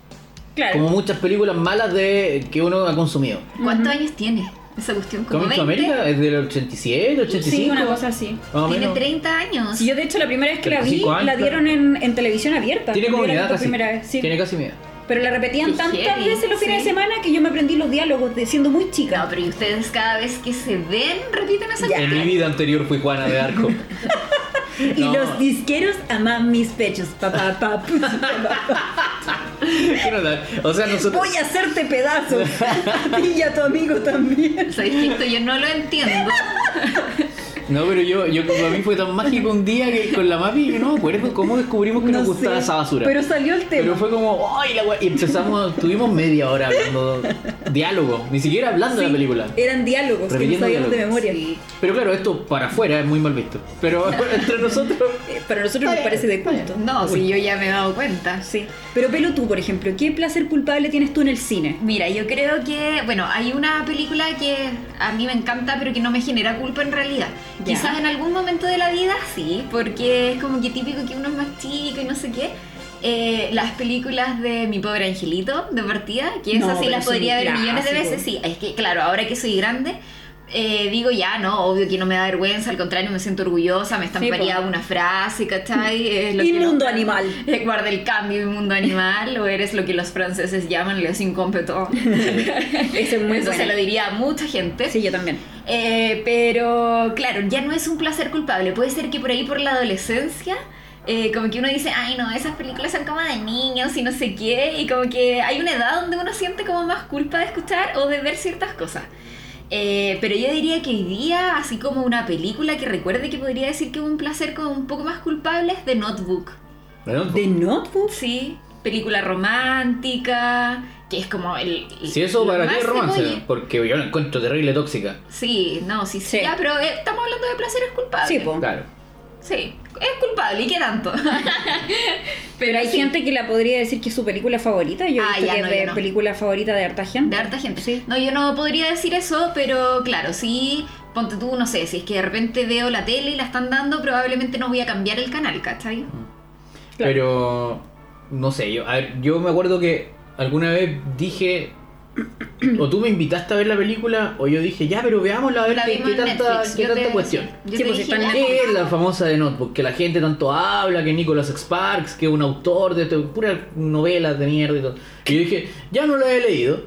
Claro.
como muchas películas malas de que uno ha consumido.
¿Cuántos años tiene esa cuestión? ¿Como
Coming to
20?
America es del 87, 85.
Sí, una cosa así.
más o
Tiene
menos.
30 años.
Si yo, de hecho, la primera vez que la vi,
35 años,
la dieron en, en televisión abierta.
Tiene
Yo
como
la
mi
vi
edad
por
casi.
primera vez, sí.
Tiene casi mi edad.
Pero la repetían
Qué
tantas
heavy,
veces los fines
sí.
de semana que yo me aprendí los diálogos de siendo muy chica.
No, pero ¿y ustedes cada vez que se ven repiten esa
Ya.
cuestión?
En mi vida anterior fui Juana de Arco.
y
no.
los disqueros aman mis pechos. Pa, pa, pa, pu, pa, pa.
Qué nota. o sea, nosotros.
Voy a hacerte pedazos. A ti y a tu amigo también.
¿Sabéis que esto yo no lo entiendo?
No, pero yo, yo para mí fue tan mágico un día que con la mapi, no me acuerdo cómo descubrimos que nos
No
gustaba
sé,
esa basura.
Pero salió el tema.
Pero fue como, ¡ay, la wea! Y empezamos, tuvimos media hora hablando, diálogo, ni siquiera hablando de la
Sí,
película.
Eran diálogos que no
Repitiendo
sabíamos de
diálogos.
memoria.
Sí.
Pero claro, esto para afuera es muy mal visto. Pero entre nosotros.
Eh, Para nosotros nos parece de culto.
No, sí, yo ya me he dado cuenta.
Sí. Pero Pelo, tú, por ejemplo, ¿qué placer culpable tienes tú en el cine?
Mira, yo creo que, bueno, hay una película que a mí me encanta, pero que no me genera culpa en realidad.
Ya.
Quizás en algún momento de la vida sí, porque es como que típico que uno es más chico y no sé qué. Eh, las películas de Mi Pobre Angelito, de partida, que
No,
esas sí
pero
las
es un
podría ver millones de
clásico.
veces, sí. Es que, claro, ahora que soy grande, eh, digo ya, no, obvio que no me da vergüenza, al contrario, me siento orgullosa, me estamparía
po.
una frase, ¿cachai? Eh, Es lo que no-
Inmundo animal.
eh, Guarda el cambio inmundo animal o eres lo que los franceses llaman les incompetents.
Ese es muy
Eso se
buena.
lo diría a mucha gente.
Sí, yo también.
Eh, pero claro, ya no es un placer culpable. Puede ser que por ahí por la adolescencia, eh, como que uno dice, ay no, esas películas son como de niños y no sé qué. Y como que hay una edad donde uno siente como más culpa de escuchar o de ver ciertas cosas. Eh, pero yo diría que hoy día, así como una película que recuerde que podría decir que hubo un placer como un poco más culpable es The Notebook.
Perdón.
¿De Notebook?
Sí, película romántica, que es como el... el-
Si eso
lo
para ti
más
es romance,
cebolle.
porque yo la encuentro terrible tóxica.
Sí, no, sí, sí.
Sí.
Ya, pero eh, estamos hablando de placeres culpables.
Sí, po.
Claro.
Sí, es culpable, ¿y qué tanto?
Pero hay
sí.
gente que la podría decir que es su película favorita. Yo he
Ah,
visto
ya,
que
no,
es de
yo no.
película favorita de harta gente.
De harta gente.
Sí.
No, yo no podría decir eso, pero claro, sí, ponte tú, no sé, si es que de repente veo la tele y la están dando, probablemente no voy a cambiar el canal, ¿cachai?
Pero no sé, yo, a ver, yo me acuerdo que alguna vez dije o tú me invitaste a ver la película o yo dije, "Ya, pero veámosla a ver
La
qué,
vimos
qué
en
tanta
Netflix.
qué
yo
tanta
te-
cuestión."
Yo te
Sí, pues,
dije,
están
ya,
¿Qué es la famosa de Notebook? Que la gente tanto habla, que Nicholas Sparks, que es un autor de to- puras novelas de mierda y todo. Y yo dije, ya no la he leído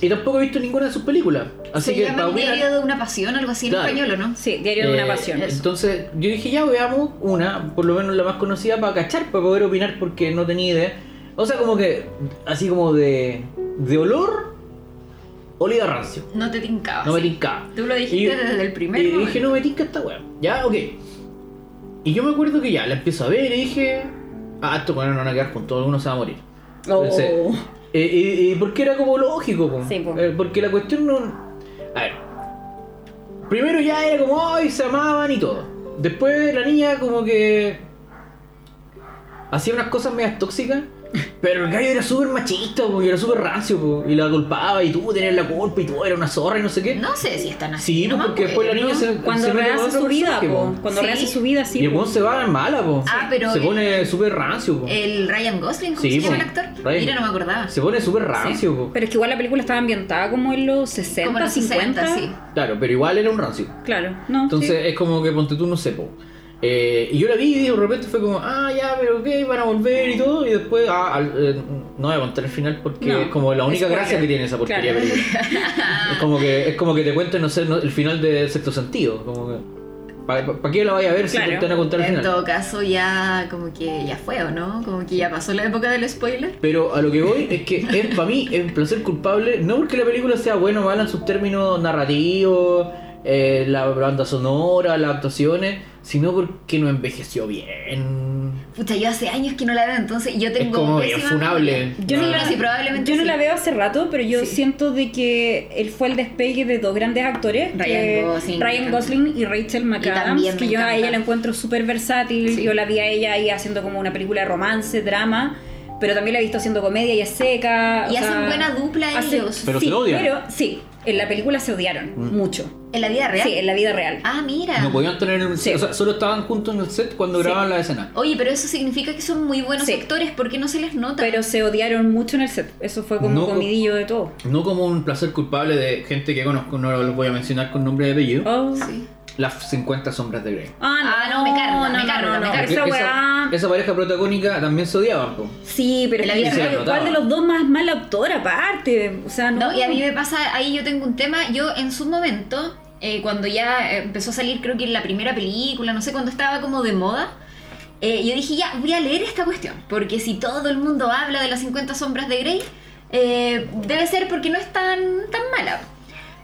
y tampoco he visto ninguna de sus películas. Así
se
que
llama
pa'
el
una-
diario de una pasión, algo así en
Claro.
español, ¿o no?
Sí, Diario de
Eh,
una Pasión.
Entonces yo dije, ya veamos una, por lo menos la más conocida, para cachar, para poder opinar, porque no tenía idea. O sea, como que, así como de, de olor, olía rancio.
No te tincabas.
No me tincaba.
Ah, Tú lo dijiste
Y-
desde el primer
Y
momento.
dije, no me tinca esta weá. Ya, ok. Y yo me acuerdo que ya, la empiezo a ver y dije, ah, estos bueno, no van a quedar juntos, alguno se va a morir.
Oh.
Entonces, eh, y, y porque era como lógico, po.
Sí, po.
Eh, porque la cuestión no. A ver. Primero ya era como, ay, se amaban y todo. Después la niña como que. Hacía unas cosas medias tóxicas. Pero el gallo era súper machista, po, y era súper rancio, po, y la culpaba, y tú tenías la culpa, y tú eras una zorra, y no sé qué.
No sé si están así.
sí,
no
po,
me
porque después la
acuerdo.
niña se.
Cuando
se mete con
rehace
otro
su vida,
personaje,
po.
po.
Cuando
Sí.
rehace su vida,
y
sí.
el
po.
weón se va en mala, po.
Ah, pero
Se
el- Eh,
pone súper rancio, po.
El Ryan Gosling, ¿cómo
Sí,
se llama el
po.
actor?
Ryan.
Mira, no me acordaba.
Se pone súper rancio, po.
Pero es que igual la película estaba ambientada como en los 60,
Como en los
50.
60, sí.
Claro, pero igual era un rancio.
Claro, no.
Entonces es como que ponte tú, no sé, po. Eh, y yo la vi y de repente fue como, ah, ya, pero ok, van a volver y todo. Y después, ah, al- eh, no voy a contar el final porque
No,
es como la única
spoiler.
gracia que tiene esa porquería
Claro.
película. es, como que, es como que te cuenten, no sé, no- el final de sexto sentido. Como que, ¿Para qué la vaya a ver si
Claro.
te van a contar el
En
final?
todo caso, ya como que ya fue, ¿o no? Como que ya pasó la época del spoiler.
Pero a lo que voy es que es para mí es un placer culpable, no porque la película sea buena o mala en sus términos narrativos, eh, la banda sonora, las actuaciones, sino porque no envejeció bien.
Pucha, yo hace años que no la veo, entonces yo tengo...
como
pésima
bien funable. Ah.
memoria.
Yo no,
Sí,
la,
pero sí, probablemente
yo no
sí.
la veo hace rato, pero yo
Sí.
siento de que él fue el despegue de dos grandes actores,
Ryan
que-
Gosling.
Ryan Gosling y Rachel McAdams,
también me
que yo a
encanta.
ella la encuentro súper versátil,
Sí.
yo la vi a ella ahí haciendo como una película de romance, drama, pero también la he visto haciendo comedia y es seca.
Y
o
hacen
sea,
buena dupla ellos.
Pero
sí,
se odian. Mm.
Pero sí, en la película se odiaron mucho.
¿En la vida real?
Sí, en la vida real.
Ah, mira.
No podían tener un
Sí.
o sea, solo estaban juntos en el set cuando
Sí.
grababan la escena.
Oye, pero eso significa que son muy buenos
Sí.
actores, ¿por qué no se les nota?
Pero se odiaron mucho en el set. Eso fue como
No,
un comidillo de todo.
No como un placer culpable de gente que conozco, no los voy a mencionar con nombre de apellido,
Oh,
Sí.
Las 50 sombras de Grey.
Ah, no, me carga, me carga, me carga.
Esa
Porque
weá.
esa pareja protagónica también se odiaban, po.
Sí, pero
La
es que
vida se
¿cuál-
la notaba.
¿cuál de los dos más es mala autora aparte? O sea, no.
No, y a mí me pasa, ahí yo tengo un tema, yo en su momento, eh, cuando ya eh, empezó a salir, creo que en la primera película, no sé, cuando estaba como de moda, eh, yo dije, ya, voy a leer esta cuestión, porque si todo el mundo habla de las 50 sombras de Grey, eh, debe ser porque no es tan, tan mala.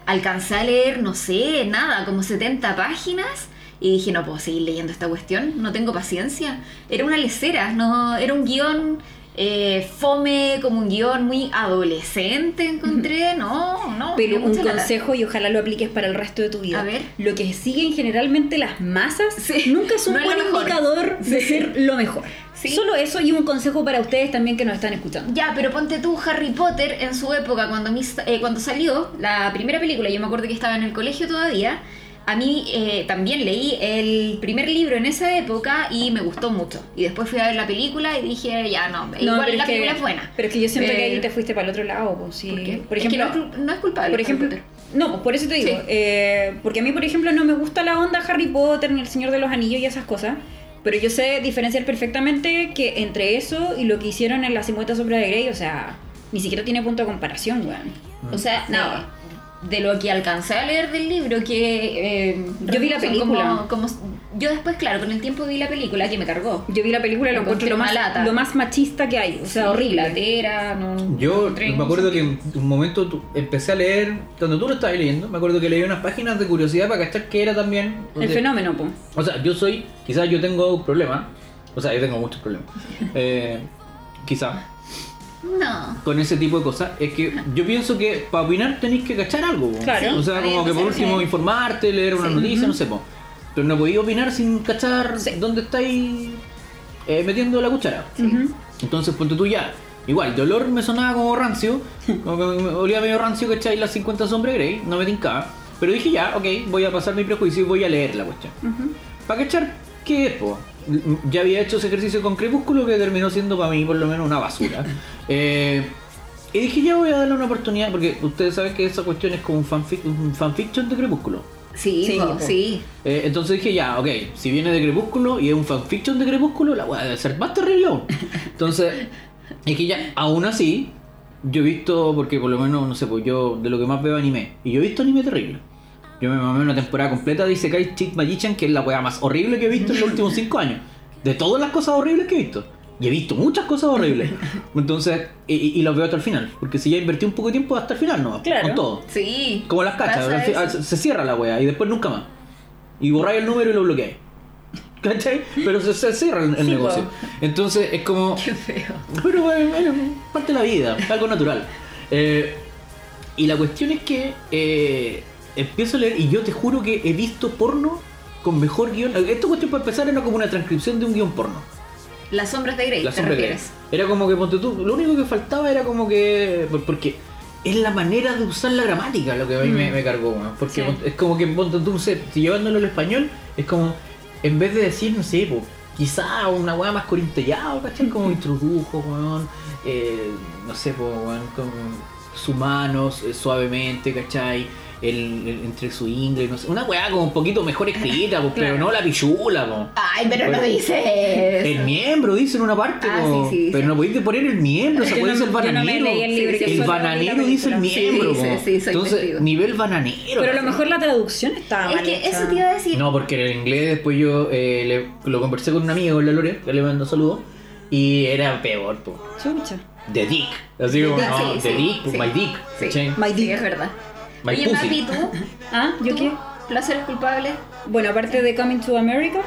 Alcancé a leer, no sé, nada, como 70 páginas. Y dije, no puedo seguir leyendo esta cuestión, no tengo paciencia. Era una lecera, no, era un guión eh, fome, como un guión muy adolescente, encontré. No, no.
Pero
me
un
mucha lata.
consejo y ojalá lo apliques para el resto de tu vida.
A ver.
Lo que siguen generalmente las masas
Sí,
nunca es un
no es
buen
lo mejor.
indicador de
Sí.
ser lo mejor.
Sí.
Solo eso y un consejo para ustedes también que nos están escuchando.
Ya, pero ponte tú Harry Potter en su época, cuando, a mí sa- eh, cuando salió la primera película, yo me acuerdo que estaba en el colegio todavía, a mí eh, también leí el primer libro en esa época y me gustó mucho. Y después fui a ver la película y dije, ya no,
No,
igual
pero
la
es que-
película es buena.
Pero es que yo siento que
Pero-
ahí te fuiste para el otro lado. Pues, sí.
¿Por qué?
Por
Es que
ejemplo,
no es cul- no es culpable
Por
Harry
ejemplo,
Potter.
no, pues por eso te digo,
Sí.
eh, porque a mí, por ejemplo, no me gusta la onda Harry Potter, ni El Señor de los Anillos y esas cosas, pero yo sé diferenciar perfectamente que entre eso y lo que hicieron en Las 50 sombras de Grey, o sea, ni siquiera tiene punto de comparación, weón.
O sea,
Nada.
Mm. no, de lo que alcancé a leer del libro, que... eh,
Yo vi la
son
película.
como- como- yo después, claro, con el tiempo vi la película que me cargó.
Yo vi la película y lo
Encontré
encuentro lo más,
una lata.
lo más machista que hay, o sea,
Sí,
horrible.
latera, no...
Yo
encontré
me acuerdo que en un momento tu- empecé a leer, cuando tú lo estabas leyendo, me acuerdo que leí unas páginas de curiosidad para cachar qué era también. de-
El fenómeno, pues.
O sea, yo soy, quizás yo tengo un problema, o sea, yo tengo muchos problemas, eh, quizás,
No.
con ese tipo de cosas, es que yo pienso que para opinar tenéis que cachar algo. po.
Claro. eh,
O sea,
Sí,
como que por
sí,
último
sí.
informarte, leer una
Sí,
noticia, no sé, po. pero no podéis opinar sin cachar
Sí.
dónde estáis eh, metiendo la cuchara.
Ujú.
Entonces, ponte tú ya. Igual, de olor me sonaba como rancio, como que me olía medio rancio, ¿cachai? Las 50 sombras de Grey, no me tincaba. Pero dije ya, ok, voy a pasar mi prejuicio y voy a leer la cuestión. ¿Para cachar qué es, po? Ya había hecho ese ejercicio con Crepúsculo que terminó siendo para mí por lo menos una basura. Eh, y dije ya voy a darle una oportunidad, porque ustedes saben que esa cuestión es como un, fanfic, un fanfiction de Crepúsculo.
Sí,
Sí,
po,
po.
sí.
Eh, entonces dije, ya, ok, si viene de Crepúsculo y es un fanfiction de Crepúsculo, la weá debe ser más terrible aún. Entonces, es que ya, aún así, yo he visto, porque por lo menos, no sé, pues yo de lo que más veo anime, y yo he visto anime terrible. Yo me mamé una temporada completa de Isekai Chick Magician, que es la weá más horrible que he visto en los últimos cinco años. De todas las cosas horribles que he visto. Y he visto muchas cosas horribles. Entonces, y, y- y los veo hasta el final. Porque si ya invertí un poco de tiempo, hasta el final, ¿no?
Claro.
Con todo.
Sí.
Como las cachas,
Pasa
al fi-
eso.
al- se, cierra la wea y después nunca más. Y borráis el número y lo bloqueáis. ¿Cachai? Pero se, se cierra el, el
Sí,
negocio. Entonces es como.
Qué feo.
Pero bueno, bueno, parte de la vida, es algo natural. Eh, y la cuestión es que eh, empiezo a leer y yo te juro que he visto porno con mejor guión. Esta cuestión para empezar era como una transcripción de un guión porno.
Las sombras de Grey,
La
¿te
sombra que
refieres?
Era como que ponte tú, lo único que faltaba era como que. por- Porque es la manera de usar la gramática lo que a mí me, me cargó, weón. Porque
Mm. Sí.
ponte- es como que ponte tú, no sé, si llevándolo al español, es como. En vez de decir, no sé, po, quizá una weá más corintellado, ¿cachai? Como introdujo, weón. eh, no sé, po, weón, con sus manos, eh, suavemente, ¿cachai? El, el- entre su ingle, no sé. Una weá como un poquito mejor escrita, po, pero no la pichula, po.
Ay, pero
Bueno.
no dice eso.
El miembro, dice en una parte.
Ah,
como,
sí, sí,
pero
sí.
no podéis poner el miembro, o sea,
Yo
podéis
no-
el
yo no me
bananero.
leí el libro,
que
el
solo vi la
bananero dice el
película.
miembro.
Sí,
como.
sí, sí, soy
Entonces,
testigo.
nivel bananero.
Pero a lo
¿cachai?
mejor la traducción estaba
Es
mal
que
hecha.
eso te iba a decir.
No, porque en el inglés después yo eh, le- lo conversé con un amigo, la Lore, que le mando saludos. Y era peor, po.
Chucha.
The dick. Así como,
dick,
no,
sí,
the
sí,
dick, po,
sí.
my dick.
Sí,
¿cachai?
My
sí,
dick.
es verdad.
My
Oye,
pussy.
Mapi, ¿tú?
¿Ah? ¿Yo
¿Tú?
qué?
¿Placeres culpables?
Bueno, aparte de Coming to America,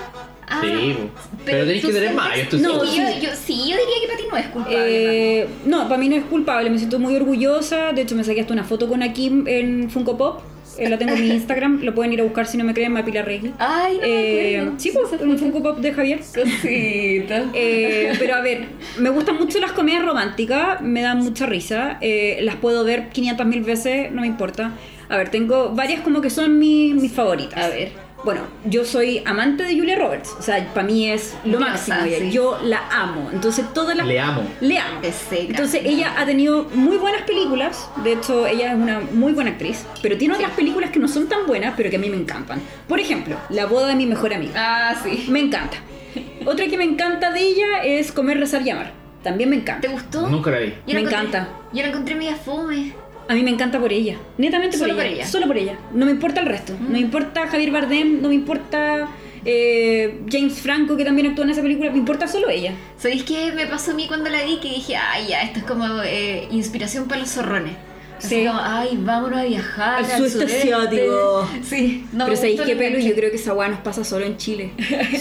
Ah,
Sí, po. Pero tenés
tú
que tener
sientes-
más, esto es-
No,
No,
yo,
sí.
yo- sí, yo diría que para ti no es culpable.
Eh, no, para mí no es culpable, me siento muy orgullosa. De hecho, me saqué hasta una foto con Akim en Funko Pop. Eh, la tengo en mi Instagram, lo pueden ir a buscar si no me creen, Mapila Reggie.
Ay, Ah, no me
Eh,
acuerdo.
sí, pues, un Funko Pop de Javier.
Cosita.
Eh, pero a ver, me gustan mucho las comedias románticas, me dan mucha risa, eh, las puedo ver 500.000 veces, no me importa. A ver, tengo varias como que son mi- mis favoritas.
A ver.
Bueno, yo soy amante de Julia Roberts. O sea, para mí es lo
Diosa,
máximo. ella.
sí.
Yo la amo. Entonces, todas las.
Le amo.
Le amo.
Es seca.
Entonces, ella ha tenido muy buenas películas. De hecho, ella es una muy buena actriz. Pero tiene otras películas que no son tan buenas, pero que a mí me encantan. Por ejemplo, La boda de mi mejor amiga.
Ah, sí.
Me encanta. Otra que me encanta de ella es Comer, Rezar y Amar. También me
¿Te
encanta.
gustó?
Nunca la vi.
Yo la
Me
encontré-
encanta.
Yo la encontré media fome.
A mí me encanta por ella. Netamente
Solo
por,
por
ella.
ella. Mm.
Solo por ella. No me importa el resto. No me importa Javier Bardem, no me importa eh, James Franco, que también actuó en esa película. Me importa solo ella.
¿Sabéis qué me pasó a mí cuando la vi? Que dije, ay, ya, esto es como eh, inspiración para los zorrones. Así
Sí.
como, ay, vámonos a viajar.
Al sudeste asiático.
Sí, no
Pero
me
sabéis
gustó
qué
el
pelo,
enganche.
yo creo que esa weá nos pasa solo en Chile.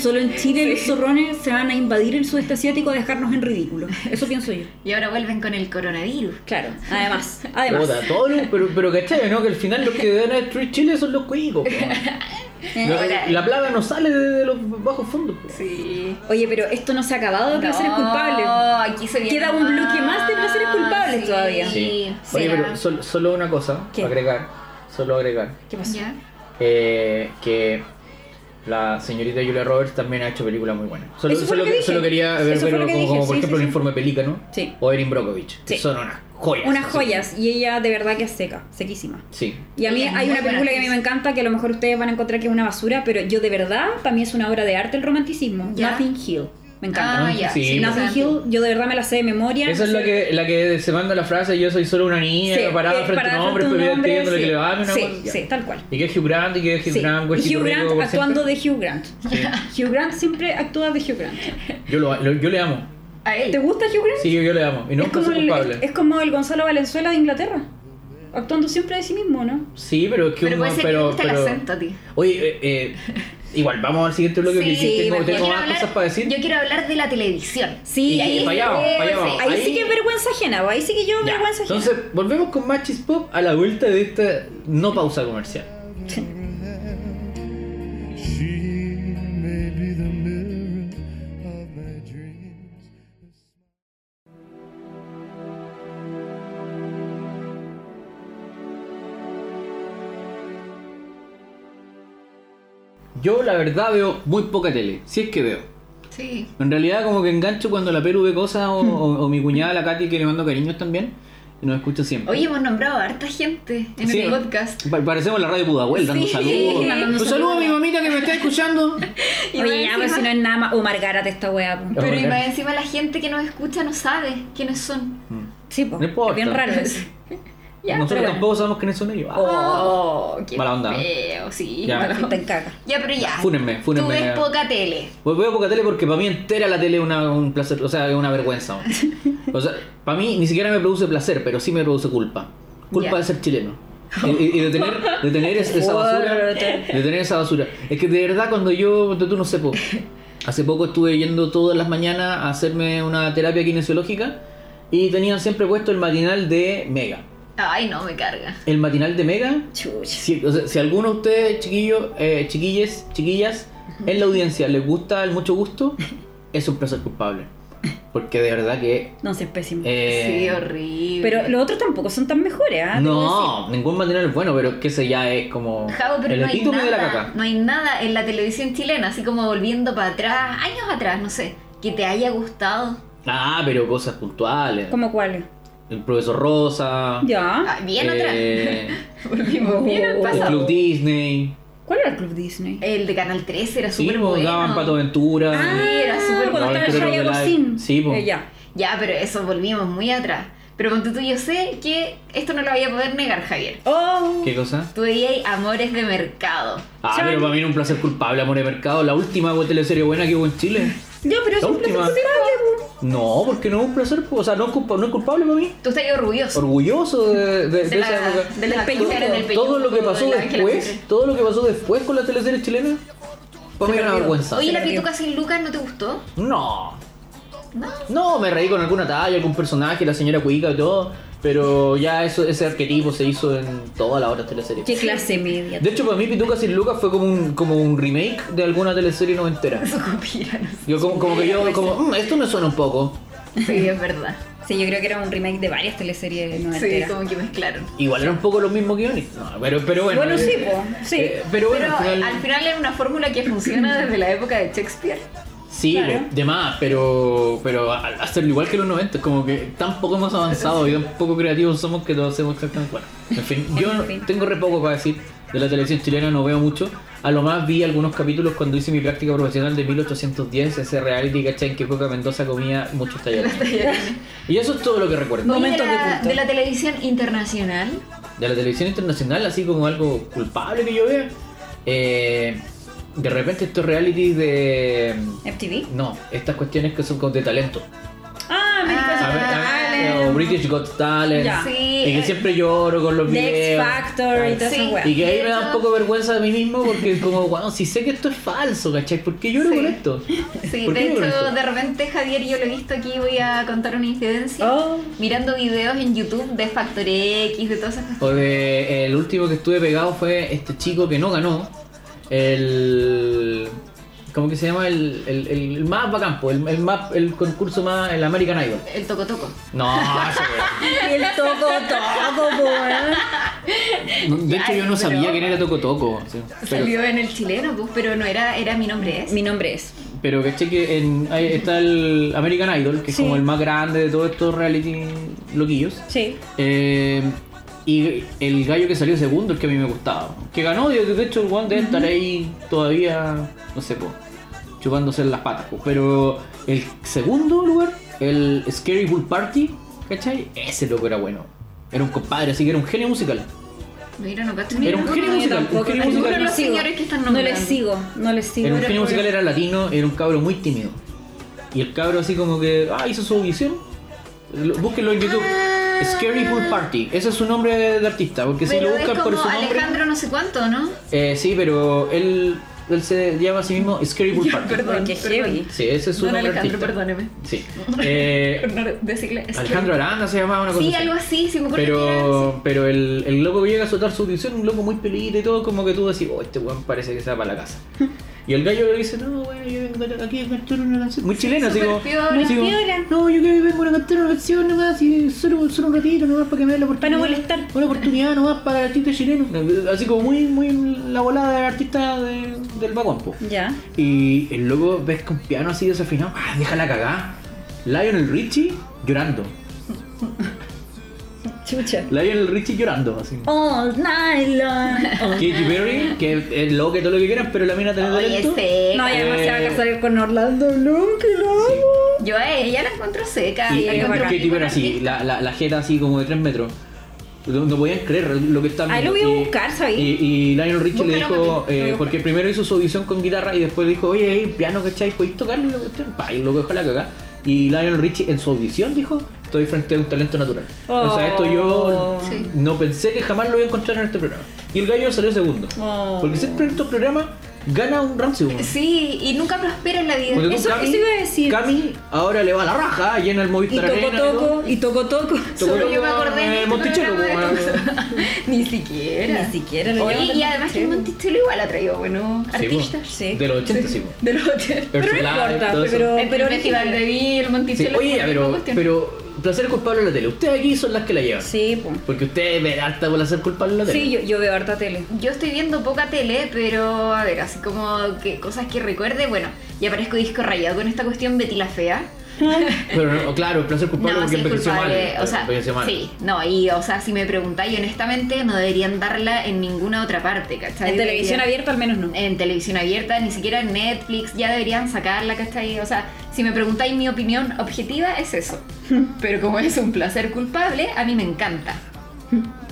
Solo en Chile los zorrones se van a invadir el sudeste asiático a dejarnos en ridículo. Eso pienso yo.
Y ahora vuelven con el coronavirus.
Claro. Además, además.
Puta, todo lo- pero, pero cachai, ¿no? Que al final los que dan a destruir Chile son los cuicos. po.
Eh,
No,
Ahora-
la plaga no sale de, de los bajos fondos. po.
Sí.
Oye, pero esto no se ha acabado de placeres culpables.
Aquí se viene
Queda un bloque más de placeres culpables todavía.
Sí. Oye,
Será.
pero sol- solo una cosa,
¿Qué?
para agregar. Solo agregar.
¿Qué pasó?
Ya.
eh, que la señorita Julia Roberts también ha hecho películas muy buenas. Solo,
Eso fue
solo,
lo que dije.
solo quería
Eso
ver
fue
pero
lo que
como,
dije,
como por
sí,
ejemplo
sí,
el
sí.
informe Pelícano
Sí.
o Erin Brockovich, que
Sí.
son unas joyas.
Unas
así.
joyas y ella de verdad que es seca, sequísima.
Sí.
Y a mí
Ella es
hay
muy
una película
buena
que a mí me
actriz.
encanta que a lo mejor ustedes van a encontrar que es una basura, pero yo de verdad, para mí es una obra de arte el romanticismo.
Ya.
Nothing Hill. Me encanta.
Ah, ya.
Sí, pues,
sí,
Nothing
interesante.
Hill, yo de verdad me la sé de memoria.
Esa es la que, la que se manda la frase yo soy solo una niña
Sí,
parada
eh,
frente a
parada
un hombre
frente a un hombre,
pidiéndole
sí.
que le baje una
Sí,
cosa, ya.
sí, tal cual.
Y que es Hugh Grant y que es Hugh
Sí.
Grant,
Y
huesito
Hugh
rico,
Grant
siempre.
actuando de Hugh Grant.
Sí.
Hugh Grant siempre actúa de Hugh Grant.
Yo, lo, lo- yo le amo.
A él.
¿Te gusta Hugh Grant?
Sí, yo, yo le amo. Y no
es,
es
como el,
culpable.
es, es como el Gonzalo Valenzuela de Inglaterra, actuando siempre de sí mismo, ¿no?
Sí, pero es que
Pero
uno-
puede ser que
pero,
te gusta el
pero-
acento a ti.
Oye, eh, eh, igual, vamos al siguiente bloque que
Sí,
sí, tengo,
yo
tengo
quiero
más
hablar-
cosas para decir.
Yo quiero hablar de la televisión.
Sí,
Y-
ahí,
y para allá vamos, para allá vamos.
ahí
Ahí-
sí que es vergüenza ajena, bo, ahí sí que yo
Ya,
vergüenza ajena.
Entonces, volvemos con Machis Pop a la vuelta de esta no pausa comercial.
She may be the mirror of my dreams.
Yo, la verdad, veo muy poca tele, si es que veo.
Sí.
En realidad, como que engancho cuando la Pelu ve cosas
Hmm.
o, o- o mi cuñada, la Katy, que le mando cariños también, y nos escucha siempre.
Oye, hemos nombrado a harta gente en
Sí.
el podcast.
Pa- parecemos la radio Pudahuel, dando
Sí,
saludos.
mandando
Un saludo a mi mamita que me está escuchando.
Y más
Oye, ya, pero
encima-
si no es nada más. O Margarita esta weá, pues. po.
Pero y
Oigan.
más encima la gente que nos escucha no sabe quiénes son.
Sí, po.
No importa.
Es bien raro eso.
Ya,
Nosotros
pero bueno.
tampoco sabemos quiénes son ellos. Ah,
Oh, qué
Mala onda, ¿eh?
feo, sí.
Ya.
mala
Está
onda.
en caca.
Ya, pero ya.
Fúnenme, fúnenme.
Tú ves poca tele.
Pues veo poca tele porque para mí entera la tele es una- un placer, o sea, es una vergüenza. man. O sea, para mí ni siquiera me produce placer, pero sí me produce culpa. Culpa
Ya.
de ser chileno. Y, y- y de tener, de tener es- esa basura. De tener esa basura. Es que de verdad cuando yo, tú no sé, po, hace poco estuve yendo todas las mañanas a hacerme una terapia kinesiológica y tenían siempre puesto el matinal de Mega.
Ay, no, me carga.
El matinal de Mega
Chucha.
si, o sea, si alguno de ustedes, chiquillos, eh, chiquilles, chiquillas, en la audiencia les gusta el mucho gusto, es un placer culpable. Porque de verdad que.
No, sí, es pésimo.
Sí,
eh,
horrible.
Pero los otros tampoco son tan mejores, ¿ah? Debo decir.
no, ningún matinal es bueno, pero es que ese ya es como.
Javo, pero
el
no hay
epítome
nada.
de la caca.
No hay nada en la televisión chilena, así como volviendo para atrás, años atrás, no sé, que te haya gustado.
Ah, pero cosas puntuales.
¿Cómo cuál?
El profesor Rosa.
Ya.
Ah, bien
eh,
atrás. Volvimos bien al
Oh.
el
pasado.
Club Disney.
¿Cuál era el Club Disney?
El de Canal 13 era
Sí,
súper
pues,
bueno.
daban Pato Ventura.
Ah,
era súper
cuando
bueno.
estaba
Aventureros
Shia
del Aire.
Gosin.
Sí, po.
Eh, ya.
Ya, pero eso volvimos muy atrás. Pero con tú, yo sé que esto no lo voy a poder negar, Javier.
Oh.
¿Qué cosa?
Tú veías Amores de Mercado.
Ah,
Chan.
pero para mí era un placer culpable, Amor de Mercado. La última teleserie buena que hubo en Chile.
Ya, pero es
La
un placer
última.
culpable, po.
No, porque no es un placer. O sea, no es, culpa- no es culpable para mí.
Tú estás orgulloso.
Orgulloso de, de- de
de la-
esa época.
de las
Todo-
mujeres del pellejo,
todo lo que pasó
de la Ángela
después,
Ferrer.
todo lo que pasó después con las teleseries chilenas, para mí era una
perdió.
vergüenza.
Oye,
Se
la
perdió.
pituca sin Lucas no te gustó.
No,
No.
no, me reí con alguna talla, algún personaje, la señora Cuica y todo, pero ya eso, ese arquetipo se hizo en todas las otras teleseries.
Qué clase media.
De hecho, para mí Pituca sin Lucas fue como un, como un remake de alguna teleserie noventera.
Su copia, no sé.
Yo como, como que yo, como, "Mm, esto me suena un poco.
Sí, es verdad.
Sí, yo creo que era un remake de varias teleseries no
Sí, como que mezclaron.
Igual era un poco los mismos guiones. No, pero, pero bueno.
Bueno,
eh,
sí, po, sí.
eh, pero bueno,
Pero
al final-
al final es una fórmula que funciona desde la época de Shakespeare.
Sí,
Claro.
pues, de más, pero, pero a- a- hacerlo igual que los 90, es como que tampoco hemos avanzado y tan poco creativos somos que todos hacemos exactamente bueno. En fin, yo no-
fin.
tengo re poco para decir de la televisión chilena, no veo mucho. A lo más vi algunos capítulos cuando hice mi práctica profesional de 1810, ese reality, ¿cachai? En que Coca Mendoza comía muchos talleres. Y eso es todo lo que recuerdo.
Oye,
Momentos
de
de
la,
culto.
de la televisión internacional.
De la televisión internacional, así como algo culpable que yo vea, eh, de repente estos realities de...
¿FTV?
No, estas cuestiones que son como de talento.
Ah, America's
A ver,
Got
a ver,
Talent.
o British Got Talent.
Ya.
Sí,
Y que
eh,
siempre lloro con los
The X
videos.
Factor y todas
Sí.
esas weas.
Y que ahí
De
me da un
hecho-
poco vergüenza de mí mismo porque es como, bueno, si sé que esto es falso, ¿cachai? ¿Por qué lloro
Sí.
con esto?
Sí,
¿Por qué
de
lloro con
hecho,
esto?
de repente, Javier, yo lo he visto aquí, voy a contar una incidencia.
Oh.
Mirando videos en YouTube de Factor X, de todas esas cosas.
O de el último que estuve pegado fue este chico que no ganó. El. ¿Cómo que se llama? El, el, el más bacán, po, el, el, más, el concurso más. El American Idol.
El toco toco.
No, ese weón.
Y el toco toco, po, eh. weón.
No, De hecho, yo no
Ay,
sabía
pero-
quién era Toco Toco. sí. Pero-
Salió en el chileno, pues, pero no era, era mi nombre es.
Mi nombre es.
Pero caché que en, ahí está el American Idol, que
Sí.
es como el más grande de todos estos reality loquillos.
Sí.
Eh, y el gallo que salió segundo, el que a mí me gustaba. Que ganó, y de hecho, el one debe estar ahí todavía, no sé, po, chupándose las patas. po. Pero el segundo lugar, el Scary Bull Party, ¿cachai? Ese loco era bueno. Era un compadre, así que era un genio musical.
Mira, no cacho.
Era un
Mira,
genio
no,
musical, un genio
Algunos
musical.
de los
sigo.
señores que están
No les
nombrando.
sigo, no les
Era
sigo.
un genio musical, era latino, era un cabro muy tímido. Y el cabro así como que, ah, hizo su audición. Lo- Búsquenlo en YouTube. Scary Pool Party. Ese es su nombre de artista, porque si
Ah. Pero
lo
es
buscan
como
por su nombre...
Alejandro no sé cuánto, ¿no?
Eh, sí, pero él, él se llama a sí mismo Scary Pool Party.
Perdón, qué
perdón.
heavy.
Sí, ese es su
Don
nombre
Alejandro,
artista.
perdóneme.
Sí. Eh,
No, decirle. es que-
Alejandro Aranda se llamaba una cosa
Sí,
así.
algo así, sí me acuerdo que era así.
Pero, pero el, el loco que llega a soltar su audición, un loco muy peleadito y todo, como que tú decís, oh, este weón parece que se va para la casa. Y el gallo le dice, no, bueno, yo vengo aquí a cantar una canción. Muy chileno, así
Súper
como.
piola.
así como,
Piola.
No, yo que vengo a cantar una canción nomás, y solo, solo un ratito nomás para que me den la oportunidad.
Para no molestar.
Una oportunidad nomás para el artista chileno. Así como muy, muy la volada del artista de- del vagón, po.
Ya.
Y el loco ves con piano así desafinado, ah, déjala cagar. Lionel Richie llorando.
Chucha.
Lionel Richie llorando, así.
All night long.
Katy Perry, que es lo que todo lo que quieran, pero la mina tiene
Oye,
talento.
seca.
No, y además se va a
Eh,
casar con Orlando Bloom, que lo amo.
Yo a ella la encuentro seca.
Y
la
eh,
encuentro
Katy
muy
Perry
buena
así,
artista.
la, la, la jeta así como de 3 metros. No, no podían creer lo que estaban
Ahí lo
viendo.
voy a
Y-
buscar, ¿sabes?
Y, y Lionel Richie le
Búscalo,
dijo,
papi, lo voy a
eh,
buscar.
porque primero hizo su audición con guitarra y después le dijo, oye, hey, piano, ¿cachai? ¿Podéis tocarlo? Y la cuestión, pa, Y lo dejó la cagá. Y Lionel Richie en su audición dijo, estoy frente a un talento natural. O sea, esto yo
Oh.
Sí.
no pensé que jamás lo iba a encontrar en este programa. Y el gallo salió segundo.
Oh.
Porque siempre en estos programas gana un rancio. weón.
Sí, y nunca prospera en la vida.
Porque tú,
Eso- eso iba a decir.
Cami ahora le va a la raja, llena el
Y
Movistar
toco
Arena,
toco, y toco toco.
Tocó
Solo yo me
como
acordé
en
de
el Monticello,
programa de
como- ah.
Tusa. Ni siquiera.
Ni siquiera lo
Oye,
llaman
y además que el
Monticello.
Monticello igual ha traído buenos
Sí,
artistas.
po.
Sí.
De los 80, sí. po.
De los hoteles.
Pero no
Ursula y
importa,
todo eso.
pero-
El
pero
Festival de Bill,
Sí,
Monticello.
Oye,
fue una
pero,
cuestión.
pero placer culpable en la tele. Ustedes aquí son las que la llevan.
Sí, pues.
Porque ustedes ven harta placer culpable en la tele.
Sí, yo, yo veo harta tele.
Yo estoy viendo poca tele, pero a ver, así como que cosas que recuerde. Bueno, ya aparezco disco rayado con esta cuestión Betty la Fea.
Pero no, claro, placer culpable
No,
porque eh,
sí es
envejeció
culpable.
mal.
o sea,
envejeció mal.
sí, no, y o sea, si me preguntáis honestamente, no deberían darla en ninguna otra parte, ¿cachai?
En
Deberían-
televisión abierta al menos no.
en televisión abierta, ni siquiera en Netflix, ya deberían sacarla, ¿cachai? O sea, si me preguntáis mi opinión objetiva, es eso. Pero como es un placer culpable, a mí me encanta.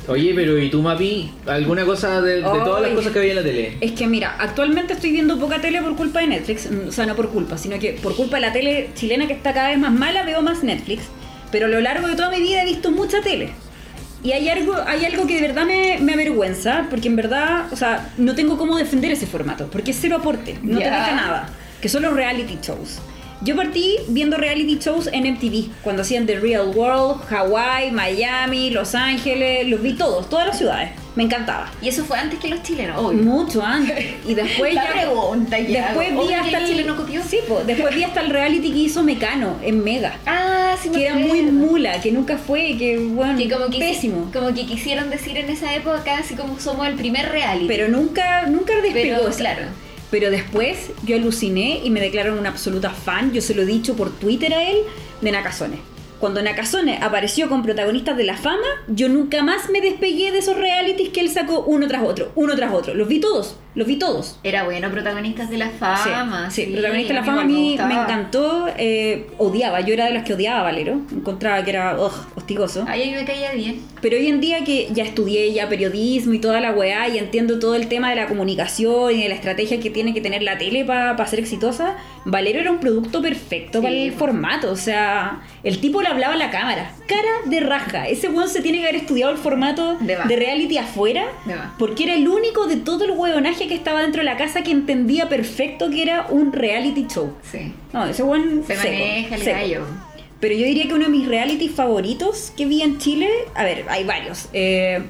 Oye, pero ¿y tú, Mapi? ¿Alguna cosa de, de todas las
Ay.
cosas que había en la tele?
Es que mira, actualmente estoy viendo poca tele por culpa de Netflix. Mm, O sea, no por culpa, sino que por culpa de la tele chilena que está cada vez más mala, veo más Netflix. Pero a lo largo de toda mi vida he visto mucha tele. Y hay algo, hay algo que de verdad me, me avergüenza, porque en verdad, o sea, no tengo cómo defender ese formato, porque es cero aporte, no te
Ya.
deja nada, que son los reality shows. Yo partí viendo reality shows en MTV, cuando hacían The Real World, Hawaii, Miami, Los Ángeles, los vi todos, todas las ciudades. me encantaba.
Y eso fue antes que los chilenos, obvio.
Mucho antes. Y después
La
ya.
pregunta que
después
hago,
vi
obvio que
hasta
el
el
chileno copió.
Sí, po, después vi hasta el reality que hizo Mecano en Mega.
Ah, sí, me
que era
acuerdo.
muy mula, que nunca fue, que bueno,
que como que,
pésimo.
como que quisieron decir en esa época, así como somos el primer reality.
Pero nunca, nunca despegó.
Pero,
esa-
claro.
Pero después yo aluciné y me declararon una absoluta fan. Yo se lo he dicho por Twitter a él de Nakazone. Cuando Nakazone apareció con protagonistas de la fama, yo nunca más me despegué de esos realities que él sacó uno tras otro, uno tras otro. Los vi todos, los vi todos.
Era bueno, protagonistas de la fama.
sí,
Sí,
sí, protagonista de la fama a
igual
mí me
gustaba.
encantó. eh, odiaba, yo era de las que odiaba a Valero. Encontraba que era ugh, hostigoso.
Ay, a mí me caía bien.
Pero hoy en día que ya estudié ya periodismo y toda la weá y entiendo todo el tema de la comunicación y de la estrategia que tiene que tener la tele para ser exitosa, Valero era un producto perfecto
Sí.
para el formato. O sea, el tipo le hablaba a la cámara. Cara de raja. Ese weón se tiene que haber estudiado el formato
De
de,
más.
reality afuera
De más.
porque era el único de todo el weonaje que estaba dentro de la casa que entendía perfecto que era un reality show.
Sí.
No, ese weón
Se
seco,
maneja el
seco.
gallo.
Pero yo diría que uno de mis reality favoritos que vi en Chile, a ver, hay varios. Eh,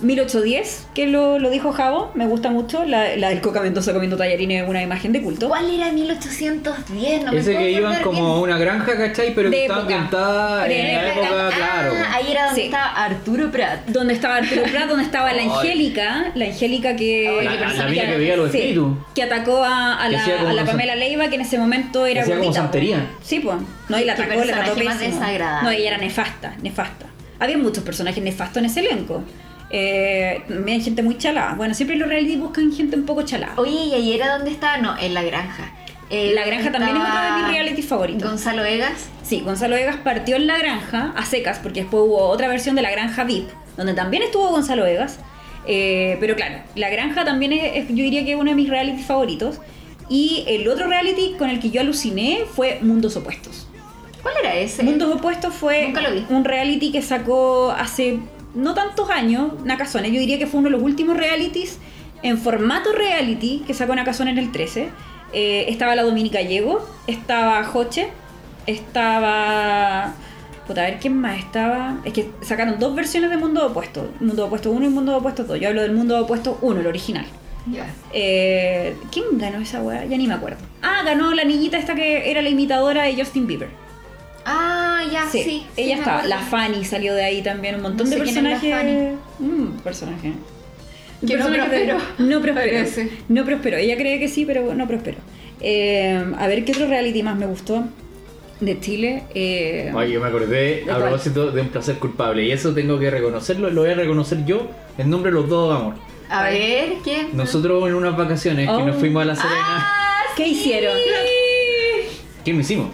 1810, que lo, lo dijo Javo, me gusta mucho. La, la del Coca Mendoza comiendo tallarines es una imagen de culto.
¿Cuál era 1810? No me
Ese
puedo
que iban
acordar
como a
bien.
una granja, ¿cachai? Pero
De
que estaba
época.
ambientada
Pero
en
era
la
la
época,
Ah,
claro.
ahí era donde
Sí.
estaba Arturo Prat.
Donde estaba Arturo Prat, donde estaba la Angélica, la Angélica que.
Ay, La- qué la personaje. mina
que veía los
sí,
espíritus.
que atacó a, a
Que
la,
hacía como
a la
san-
Pamela Leiva, que en ese momento era
hacía como
gordita,
santería.
po. Sí, pues. No, y la
Qué
atacó, la trató
personaje más
pésimo.
desagradable.
No, ella era nefasta, nefasta. Había muchos personajes nefastos en ese elenco. Eh, también hay gente muy chalada. Bueno, siempre los reality buscan gente un poco chalada.
Oye, ¿y ahí era donde estaba? No, en La Granja. Eh,
La Granja también es otro de mis
estaba
reality favoritos.
Gonzalo Vegas.
Sí, Gonzalo Vegas partió en La Granja a secas, porque después hubo otra versión de La Granja VIP, donde también estuvo Gonzalo Vegas. Eh, pero claro, La Granja también es, es- yo diría que es uno de mis reality favoritos. Y el otro reality con el que yo aluciné fue Mundos Opuestos.
¿Cuál era ese?
Mundos Opuestos fue
Nunca lo vi.
un reality que sacó hace no tantos años Nakazone. Yo diría que fue uno de los últimos realities en formato reality que sacó Nakazone en el 13. Eh, estaba la Dominica Gallego, estaba Joche, estaba... Puta, a ver quién más estaba. Es que sacaron dos versiones de Mundo Opuesto. Mundo Opuesto 1 y Mundo Opuesto 2. Yo hablo del Mundo Opuesto 1, el original.
Ya.
Eh, ¿Quién ganó esa weá? Ya ni me acuerdo. Ah, ganó la niñita esta que era la imitadora de Justin Bieber.
Ah, ya, sí.
Sí,
sí,
ella
me
estaba.
acuerdo.
La Fanny salió de ahí también, un montón
No
de
sé quién es la
personajes. Mm, personaje.
Que no
Personaje de-
prosperó.
No prosperó.
Parece.
No prosperó. Ella cree que sí, pero no prosperó. Eh, a ver, ¿qué otro reality más me gustó de Chile? Eh,
Oye, yo me acordé a
cuál?
propósito de un placer culpable. Y eso tengo que reconocerlo, lo voy a reconocer yo en nombre de los dos, amor.
A ver, ¿quién?
Nosotros en unas vacaciones que
Oh.
nos fuimos a La Serena.
Ah,
¿Qué hicieron?
¿Qué me hicimos?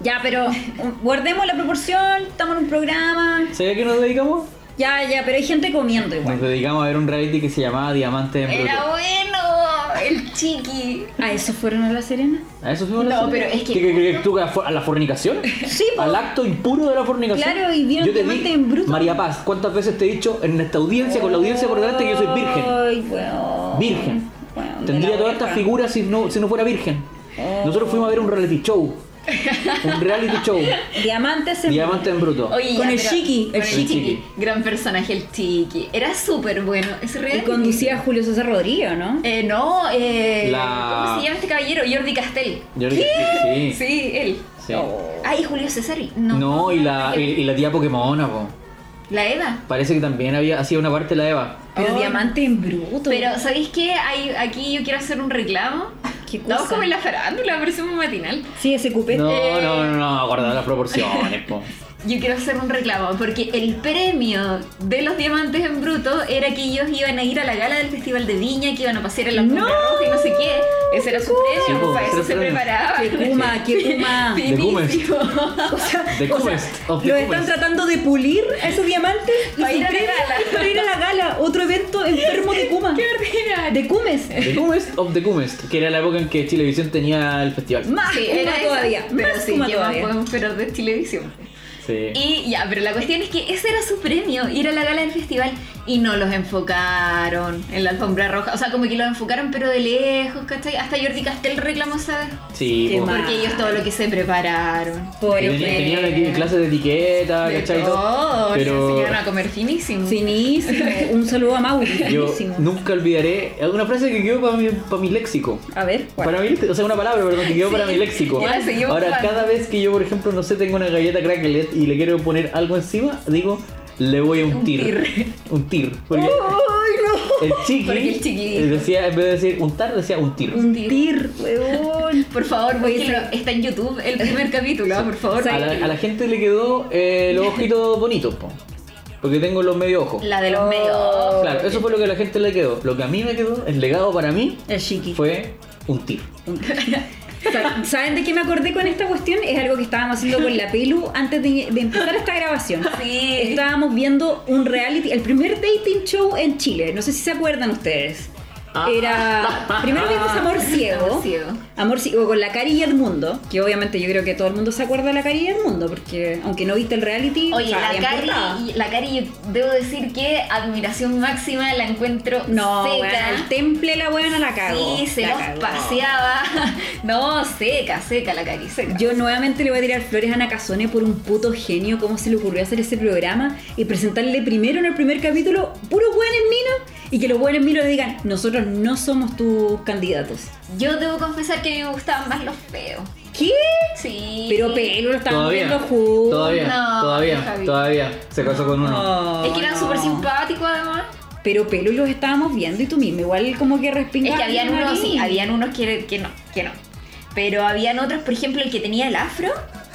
Ya, pero um, guardemos la proporción, estamos en un programa.
¿Sabía que nos dedicamos?
Ya, ya, pero hay gente comiendo
Nos
igual.
dedicamos a ver un reality que se llamaba Diamantes en
Era
Bruto.
bueno, el chiqui.
¿A eso Ah, fueron a la Serena?
¿A eso fuimos a la
No,
Serena?
pero es que-
¿Qué, qué, qué, tú, a la for- a la fornicación?
Sí, po.
Al acto impuro de la fornicación.
Claro, y vieron
Yo te
Diamantes
di-
en Bruto.
María Paz, ¿cuántas veces te he dicho en esta audiencia, con la audiencia por delante, que yo soy virgen?
Ay, weón.
Virgen.
Weón, Oh. de
Tendría
la
todas estas
oreja. Oh.
figuras si no, si no fuera virgen. Nosotros fuimos a ver un reality show. Un reality show.
Diamantes en
Diamante en bruto.
Oye,
Con
ya,
el
pero-
chiqui, el
con
chiqui.
Gran personaje el chiqui. Era súper bueno. Es
Y
real.
conducía a Julio César Rodríguez, ¿no?
Eh, no, eh.
La-
¿Cómo se llama este caballero? Jordi Castel.
Yo le dije, sí, sí,
Sí, él.
sí.
Oh.
Ay, Julio Cesari.
No,
No.
y, la, y, y la tía Pokémon, po.
La Eva.
parece que también había hacía una parte la Eva.
Pero
Oh.
diamante en bruto.
Pero, ¿sabéis qué? Hay- aquí yo quiero hacer un reclamo.
¿Qué cosa?
Estamos como en la farándula, parecemos matinal.
Sí, ese cupé.
No,
Eh.
no, no, no, guardar las proporciones, po.
Yo quiero hacer un reclamo, porque el premio de los diamantes en bruto era que ellos iban a ir a la gala del Festival de Viña, que iban a pasear en la alfombra roja y no sé qué. Ese era su
Sí,
premio,
po,
para
pues, ese
eso se
era el premio.
Qué
preparaban.
kuma, qué kuma.
De Cumes.
Finísimo.
The
O sea,
coolest of the
Lo están
coolest.
tratando de pulir a esos diamantes y
Para
su
ir a la
premio
gala.
es para ir a la gala. Otro evento enfermo de Kuma.
¡Qué ordinario!
De Cumes.
The coolest of the coolest, que era la época en que Chilevisión tenía el festival.
Más
Sí,
Kuma
esa,
todavía.
Pero
más
sí,
Kuma
que más
todavía.
podemos esperar de televisión.
Sí.
Y ya, pero la cuestión es que ese era su premio, ir a la gala del festival. y no los enfocaron en la alfombra roja. O sea, como que los enfocaron pero de lejos, ¿cachai? Hasta Jordi Castell reclamó esa...
Sí,
Qué
po.
mal.
Porque ellos todo lo que se prepararon.
Pobre
Tenía-
Fred.
Tenían aquí clases de etiqueta,
De
Ah, ¿cachai? Y todo.
todo, se
Pero
enseñaron a comer finísimo.
Finísimo. Un saludo a Mauri.
yo
finísimo.
nunca olvidaré alguna frase que quedó para mi, para mi léxico.
A ver, ¿cuál?
Para mí, o sea, una palabra, perdón, que quedó para mi léxico.
ya la seguimos
Ahora,
jugando.
cada vez que yo, por ejemplo, no sé, tengo una galleta cracklet y le quiero poner algo encima, digo, le voy a
Un
untir.
tir. Uh,
Untir. Porque el chiqui,
Porque el chiqui-
decía, en vez de decir untar, decía untir.
Un tir, weón.
Por favor,
Oye,
búsquenlo. está en YouTube el primer capítulo, ah, por favor.
A la, a la gente le quedó eh, los ojitos bonitos, po, porque tengo los medio ojos.
La de los medios.
Oh. Claro, eso fue lo que a la gente le quedó. Lo que a mí me quedó, el legado para mí,
El chiqui.
fue un tir.
Sa- ¿Saben de qué me acordé con esta cuestión? Es algo que estábamos haciendo con la Pelu antes de, de empezar esta grabación.
Sí.
Estábamos viendo un reality, el primer dating show en Chile. No sé si se acuerdan ustedes. Era. Primero vimos Amor Ciego.
Ah. Amor Ciego.
Amor Ciego con la Cari y Edmundo. Que obviamente yo creo que todo el mundo se acuerda de la Cari y Edmundo. Porque aunque no viste el reality.
Oye, la
sabían por
Cari,
nada.
y- la Cari, yo debo decir que admiración máxima la encuentro
No,
seca.
weón, al temple la weona la cagó.
sí, se
la
los
cagó.
paseaba. No, seca, seca la Cari, seca.
Yo nuevamente le voy a tirar flores a Ana Casone por un puto genio, cómo se le ocurrió hacer ese programa y presentarle primero en el primer capítulo puros buenos minos y que los buenos minos le digan, nosotros no somos tus candidatos.
Yo debo confesar que me gustaban más los feos.
¿Qué?
Sí.
Pero pelo, lo estaban viendo
Todavía,
juntos.
todavía,
No,
todavía,
Javi.
todavía. Se casó con uno.
No,
Es que eran
no.
súper simpáticos además.
Pero pelo y los estábamos viendo y tú mismo, igual como que
Es
respingas.
que habían unos, sí, habían unos que, que no, que no. Pero habían otros, por ejemplo, el que tenía el afro.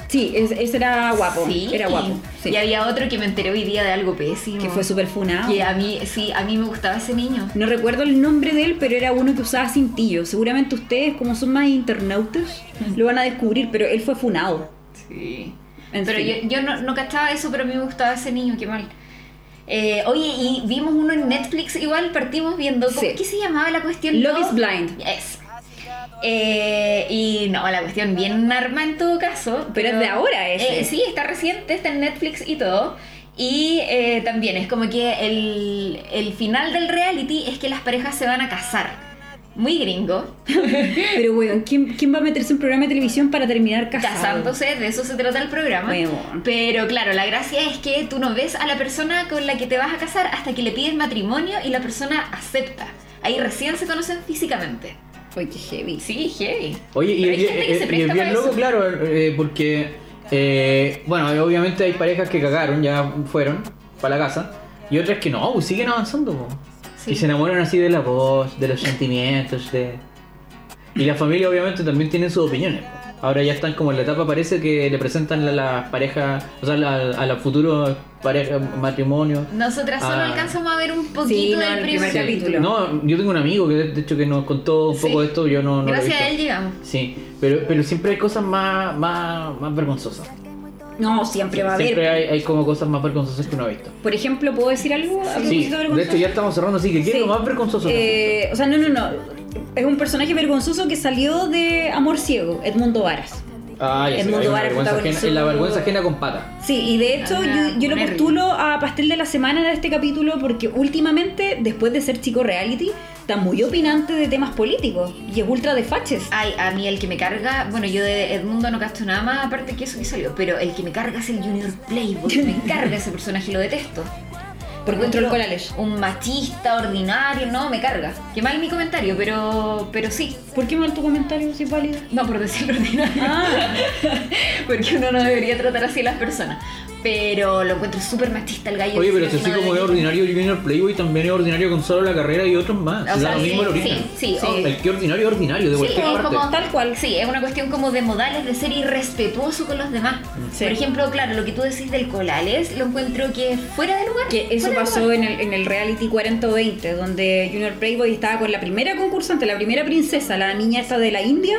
Sí, es- ese era guapo.
Sí.
Era guapo. sí.
Y había otro que me enteré hoy día de algo pésimo.
Que fue súper funado.
Que a mí, sí, a mí me gustaba ese niño.
No recuerdo el nombre de él, pero era uno que usaba cintillo. Seguramente ustedes, como son más internautas, lo van a descubrir, pero él fue funado.
Sí.
En
pero
fin.
yo, yo no, no cachaba eso, pero a mí me gustaba ese niño, qué mal. Eh, oye, y vimos uno en Netflix, igual partimos viendo. ¿cómo-
Sí.
¿Qué se llamaba la cuestión?
Love
No.
is Blind.
Yes. Eh, y no, la cuestión bien arma en todo caso.
Pero es de ahora ese.
Eh, sí, está reciente, está en Netflix y todo. Y eh, también es como que el, el final del reality es que las parejas se van a casar. Muy gringo.
Pero, weón, ¿quién, quién va a meterse en un programa de televisión para terminar casado?
casándose, de eso se trata el programa.
Huevón.
Pero claro, la gracia es que tú no ves a la persona con la que te vas a casar hasta que le pides matrimonio y la persona acepta. Ahí recién se conocen físicamente.
Oye, qué heavy.
Sí, heavy.
Oye, y,
Pero hay
y-
gente que
eh,
se
y
presta
es bien
para
loco,
eso.
claro, eh, porque, eh, bueno, eh, obviamente hay parejas que cagaron, ya fueron para la casa, y otras que no, pues, siguen avanzando. po.
Sí.
Y se enamoran así de la voz, de los sentimientos, de... Y la familia obviamente también tiene sus opiniones. po. Ahora ya están como en la etapa, parece que le presentan a las parejas, o sea, la- a los futuros parejas, matrimonios.
Nosotras solo
Ah.
alcanzamos a ver un poquito
no,
del primer
el primer
Sí.
capítulo.
capítulo.
No, yo tengo un amigo que de hecho que nos contó un
Sí.
poco de esto, yo no, no lo he
Gracias a él
visto.
llegamos.
Sí, pero, pero siempre hay cosas más, más, más vergonzosas.
No, siempre va a haber.
Siempre hay, hay como cosas más vergonzosas que uno ha visto.
Por ejemplo, ¿puedo decir algo a
Sí,
propósito
de
vergonzoso?
hecho ya estamos cerrando, así que ¿qué es lo
Sí.
más vergonzoso?
Eh, o sea, no, no, no. Es un personaje vergonzoso que salió de Amor Ciego, Edmundo Varas.
Ah, ya sé,
Edmundo
hay una
Vara
vergüenza
protagonizó-
ajena- la vergüenza ajena con pata.
Sí, y de hecho
Ah,
yo, yo lo
nervio.
postulo a Pastel de la Semana de este capítulo porque últimamente, después de ser chico reality, está muy opinante de temas políticos y es ultra de faches.
Ay, a mí el que me carga, bueno, yo de Edmundo no gasto nada más, aparte que eso que salió, pero el que me carga es el Junior Playboy. Me carga ese personaje, lo detesto.
Por control con la ley.
Un machista ordinario, no, me carga. Qué mal mi comentario, pero, pero sí.
¿Por qué mal tu comentario si es válido?
No por decirlo ordinario.
Ah.
Porque uno no debería tratar así a las personas. Pero lo encuentro súper machista el gallo.
Oye, pero si
sí
así como es ordinario Junior Playboy, también es ordinario Gonzalo La Carrera y otros más.
O
Da
sea,
lo mismo el
sí,
origen.
sí, sí, obvio.
El que ordinario es ordinario, de
Sí,
cualquier
es
parte.
como
Tal cual.
Sí, es una cuestión como de modales, de ser irrespetuoso con los demás.
Sí.
Por ejemplo, claro, lo que tú decís del Colales, lo encuentro que es fuera de lugar.
Que eso
fuera de
pasó
lugar.
en el, en el reality 40-20, donde Junior Playboy estaba con la primera concursante, la primera princesa, la niña esa de la India,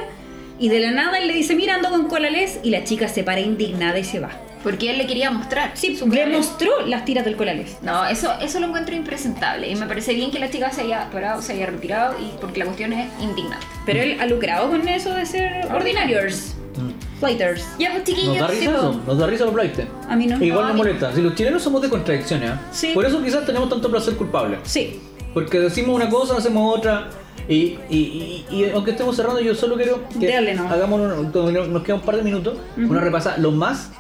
y de la nada él le dice, mira, ando con colales, y la chica se para indignada y se va.
Porque él le quería mostrar.
Sí,
su
le
Colales.
mostró las tiras del colales.
No, eso, eso lo encuentro impresentable. Y me parece bien que la chica se haya parado, se haya retirado, y porque la cuestión es indignante.
Pero él ha lucrado con eso de ser ordinarios.
Mm.
Flighters.
Ya,
Nos
pues
da
chiquillos, sí,
risa eso,
po.
nos da risa los flightes.
A mí no.
Igual
No,
nos
a mí-
molesta. Si los chilenos somos de contradicciones, ¿eh?
Sí.
por eso quizás tenemos tanto placer culpable.
Sí.
Porque decimos una cosa, hacemos otra. Y, y- y- y aunque estemos cerrando, yo solo quiero que
Dale, no.
hagamos, un- como no- nos queda un par de minutos, una repasada. Lo más,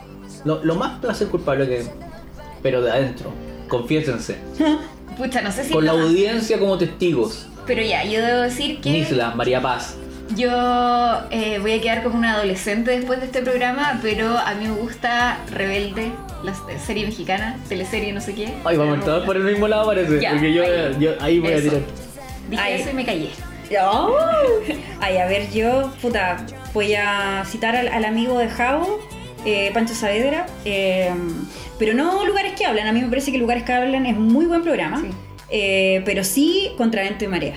lo, lo más placer culpable que. Pero de adentro, confiésense.
Pucha, no sé si.
Con la
lo-
audiencia como testigos.
Pero ya, yo debo decir que.
Nisla, María Paz.
Yo eh, voy a quedar como una adolescente después de este programa, pero a mí me gusta Rebelde, la s- serie mexicana, teleserie, no sé qué.
Ay, vamos a
Me
estar
gusta.
por el mismo lado, parece.
Ya,
porque yo
ahí.
yo- ahí, voy a
Eso.
tirar.
Dije
Ay.
eso y me callé.
Oh. Ay, a ver, yo, puta, voy a citar al, al amigo de Javo, eh, Pancho Saavedra, eh, pero no Lugares que Hablan, a mí me parece que Lugares que Hablan es muy buen programa,
Sí.
eh, pero sí contra Viento y Marea.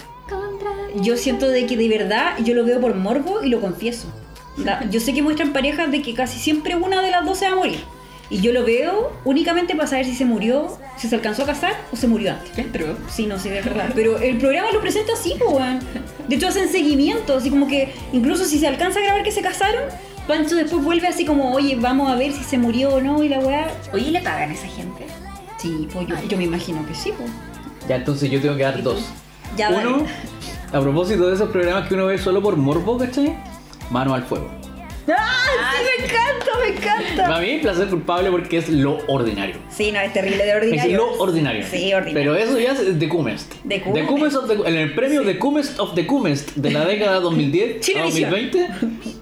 Yo siento de que de verdad yo lo veo por morbo y lo confieso. La- yo sé que muestran parejas de que casi siempre una de las dos se va a morir. Y yo lo veo únicamente para saber si se murió, si se alcanzó a casar o se murió antes. Sí, no, sí, de verdad. Pero el programa lo presenta así, po, weón. De hecho, hacen seguimiento, así como que incluso si se alcanza a grabar que se casaron, Pancho después vuelve así como, oye, vamos a ver si se murió o no, y la weá.
Oye, ¿le pagan a esa gente?
Sí, pues yo, yo me imagino que sí, pues.
Ya, entonces yo tengo que dar dos.
Ya dale.
Uno, a propósito de esos programas que uno ve solo por morbo, ¿cachai? Mano al fuego.
¡Ah! Sí, me encanta, me encanta.
Para mí, placer culpable porque es lo ordinario.
Sí, no, es terrible de
Es
ordinario.
lo ordinario.
Sí, ordinario.
Pero eso ya es de Cumest.
The Cumest.
of the- en el premio de Cumest of the Cumest de la década 2010 a
Chilevisión.
2020.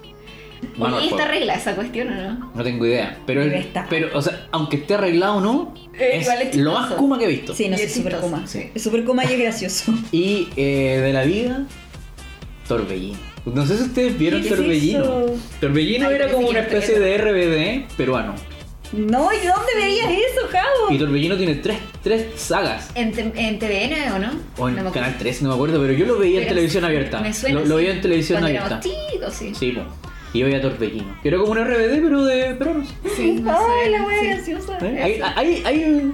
Mano al
Oye, ¿está
fuego.
arregla esa cuestión o no?
pues, No tengo idea. Pero,
Debe estar.
pero, o sea, aunque esté arreglado o no,
Eh,
es,
igual es
lo
chistoso.
más Kuma que he visto.
Sí, no,
Y
sí,
es
es super
chistoso.
coma.
Sí.
Es super coma y es gracioso.
Y eh, de la vida, Torbellino. No sé si ustedes vieron
¿Qué es
Torbellino.
eso?
Torbellino
Ay,
era
parece
como
que
una
yo estoy
especie de RBD peruano.
No, ¿y de dónde veías eso,
Y
Javo?
Torbellino tiene tres, tres sagas.
¿En, te- en TVN o no?
O en
no me acuerdo.
Canal 13, no me acuerdo, pero yo lo veía en
Pero
televisión abierta.
Me suena
lo, lo
así.
veía en televisión
Cuando
abierta.
éramos chicos, sí.
Sí, po. Y yo veía Torbellino. Que era como un RBD, pero de peruanos.
Sí, me
Ay,
suena,
la wea
sí.
graciosa.
¿Eh? Ahí, ahí, ahí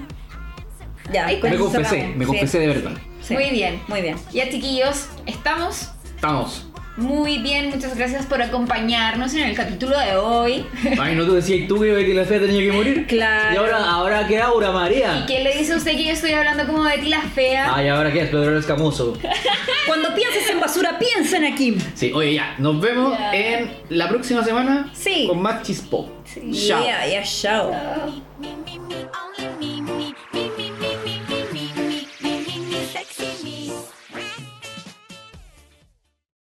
Ya,
Ahí
con
me
eso
confesé,
cerramos.
me
Sí,
confesé de verdad.
sí.
Muy bien.
Muy bien.
Ya, chiquillos, estamos
Estamos.
muy bien. Muchas gracias por acompañarnos en el capítulo de hoy.
Ay, no tú decías tú que la fea tenía que morir.
Claro.
Y ahora, ahora qué Aura María.
¿Y qué le dice a usted que yo estoy hablando como Betty la fea?
Ay, ahora qué es Pedro Escamoso.
Cuando pienses en basura, piensa en Akim.
Sí, oye, ya. Nos vemos
Ya.
en la próxima semana
Sí.
con más chispo.
Yeah, yeah, chao.
me, me, me, only me.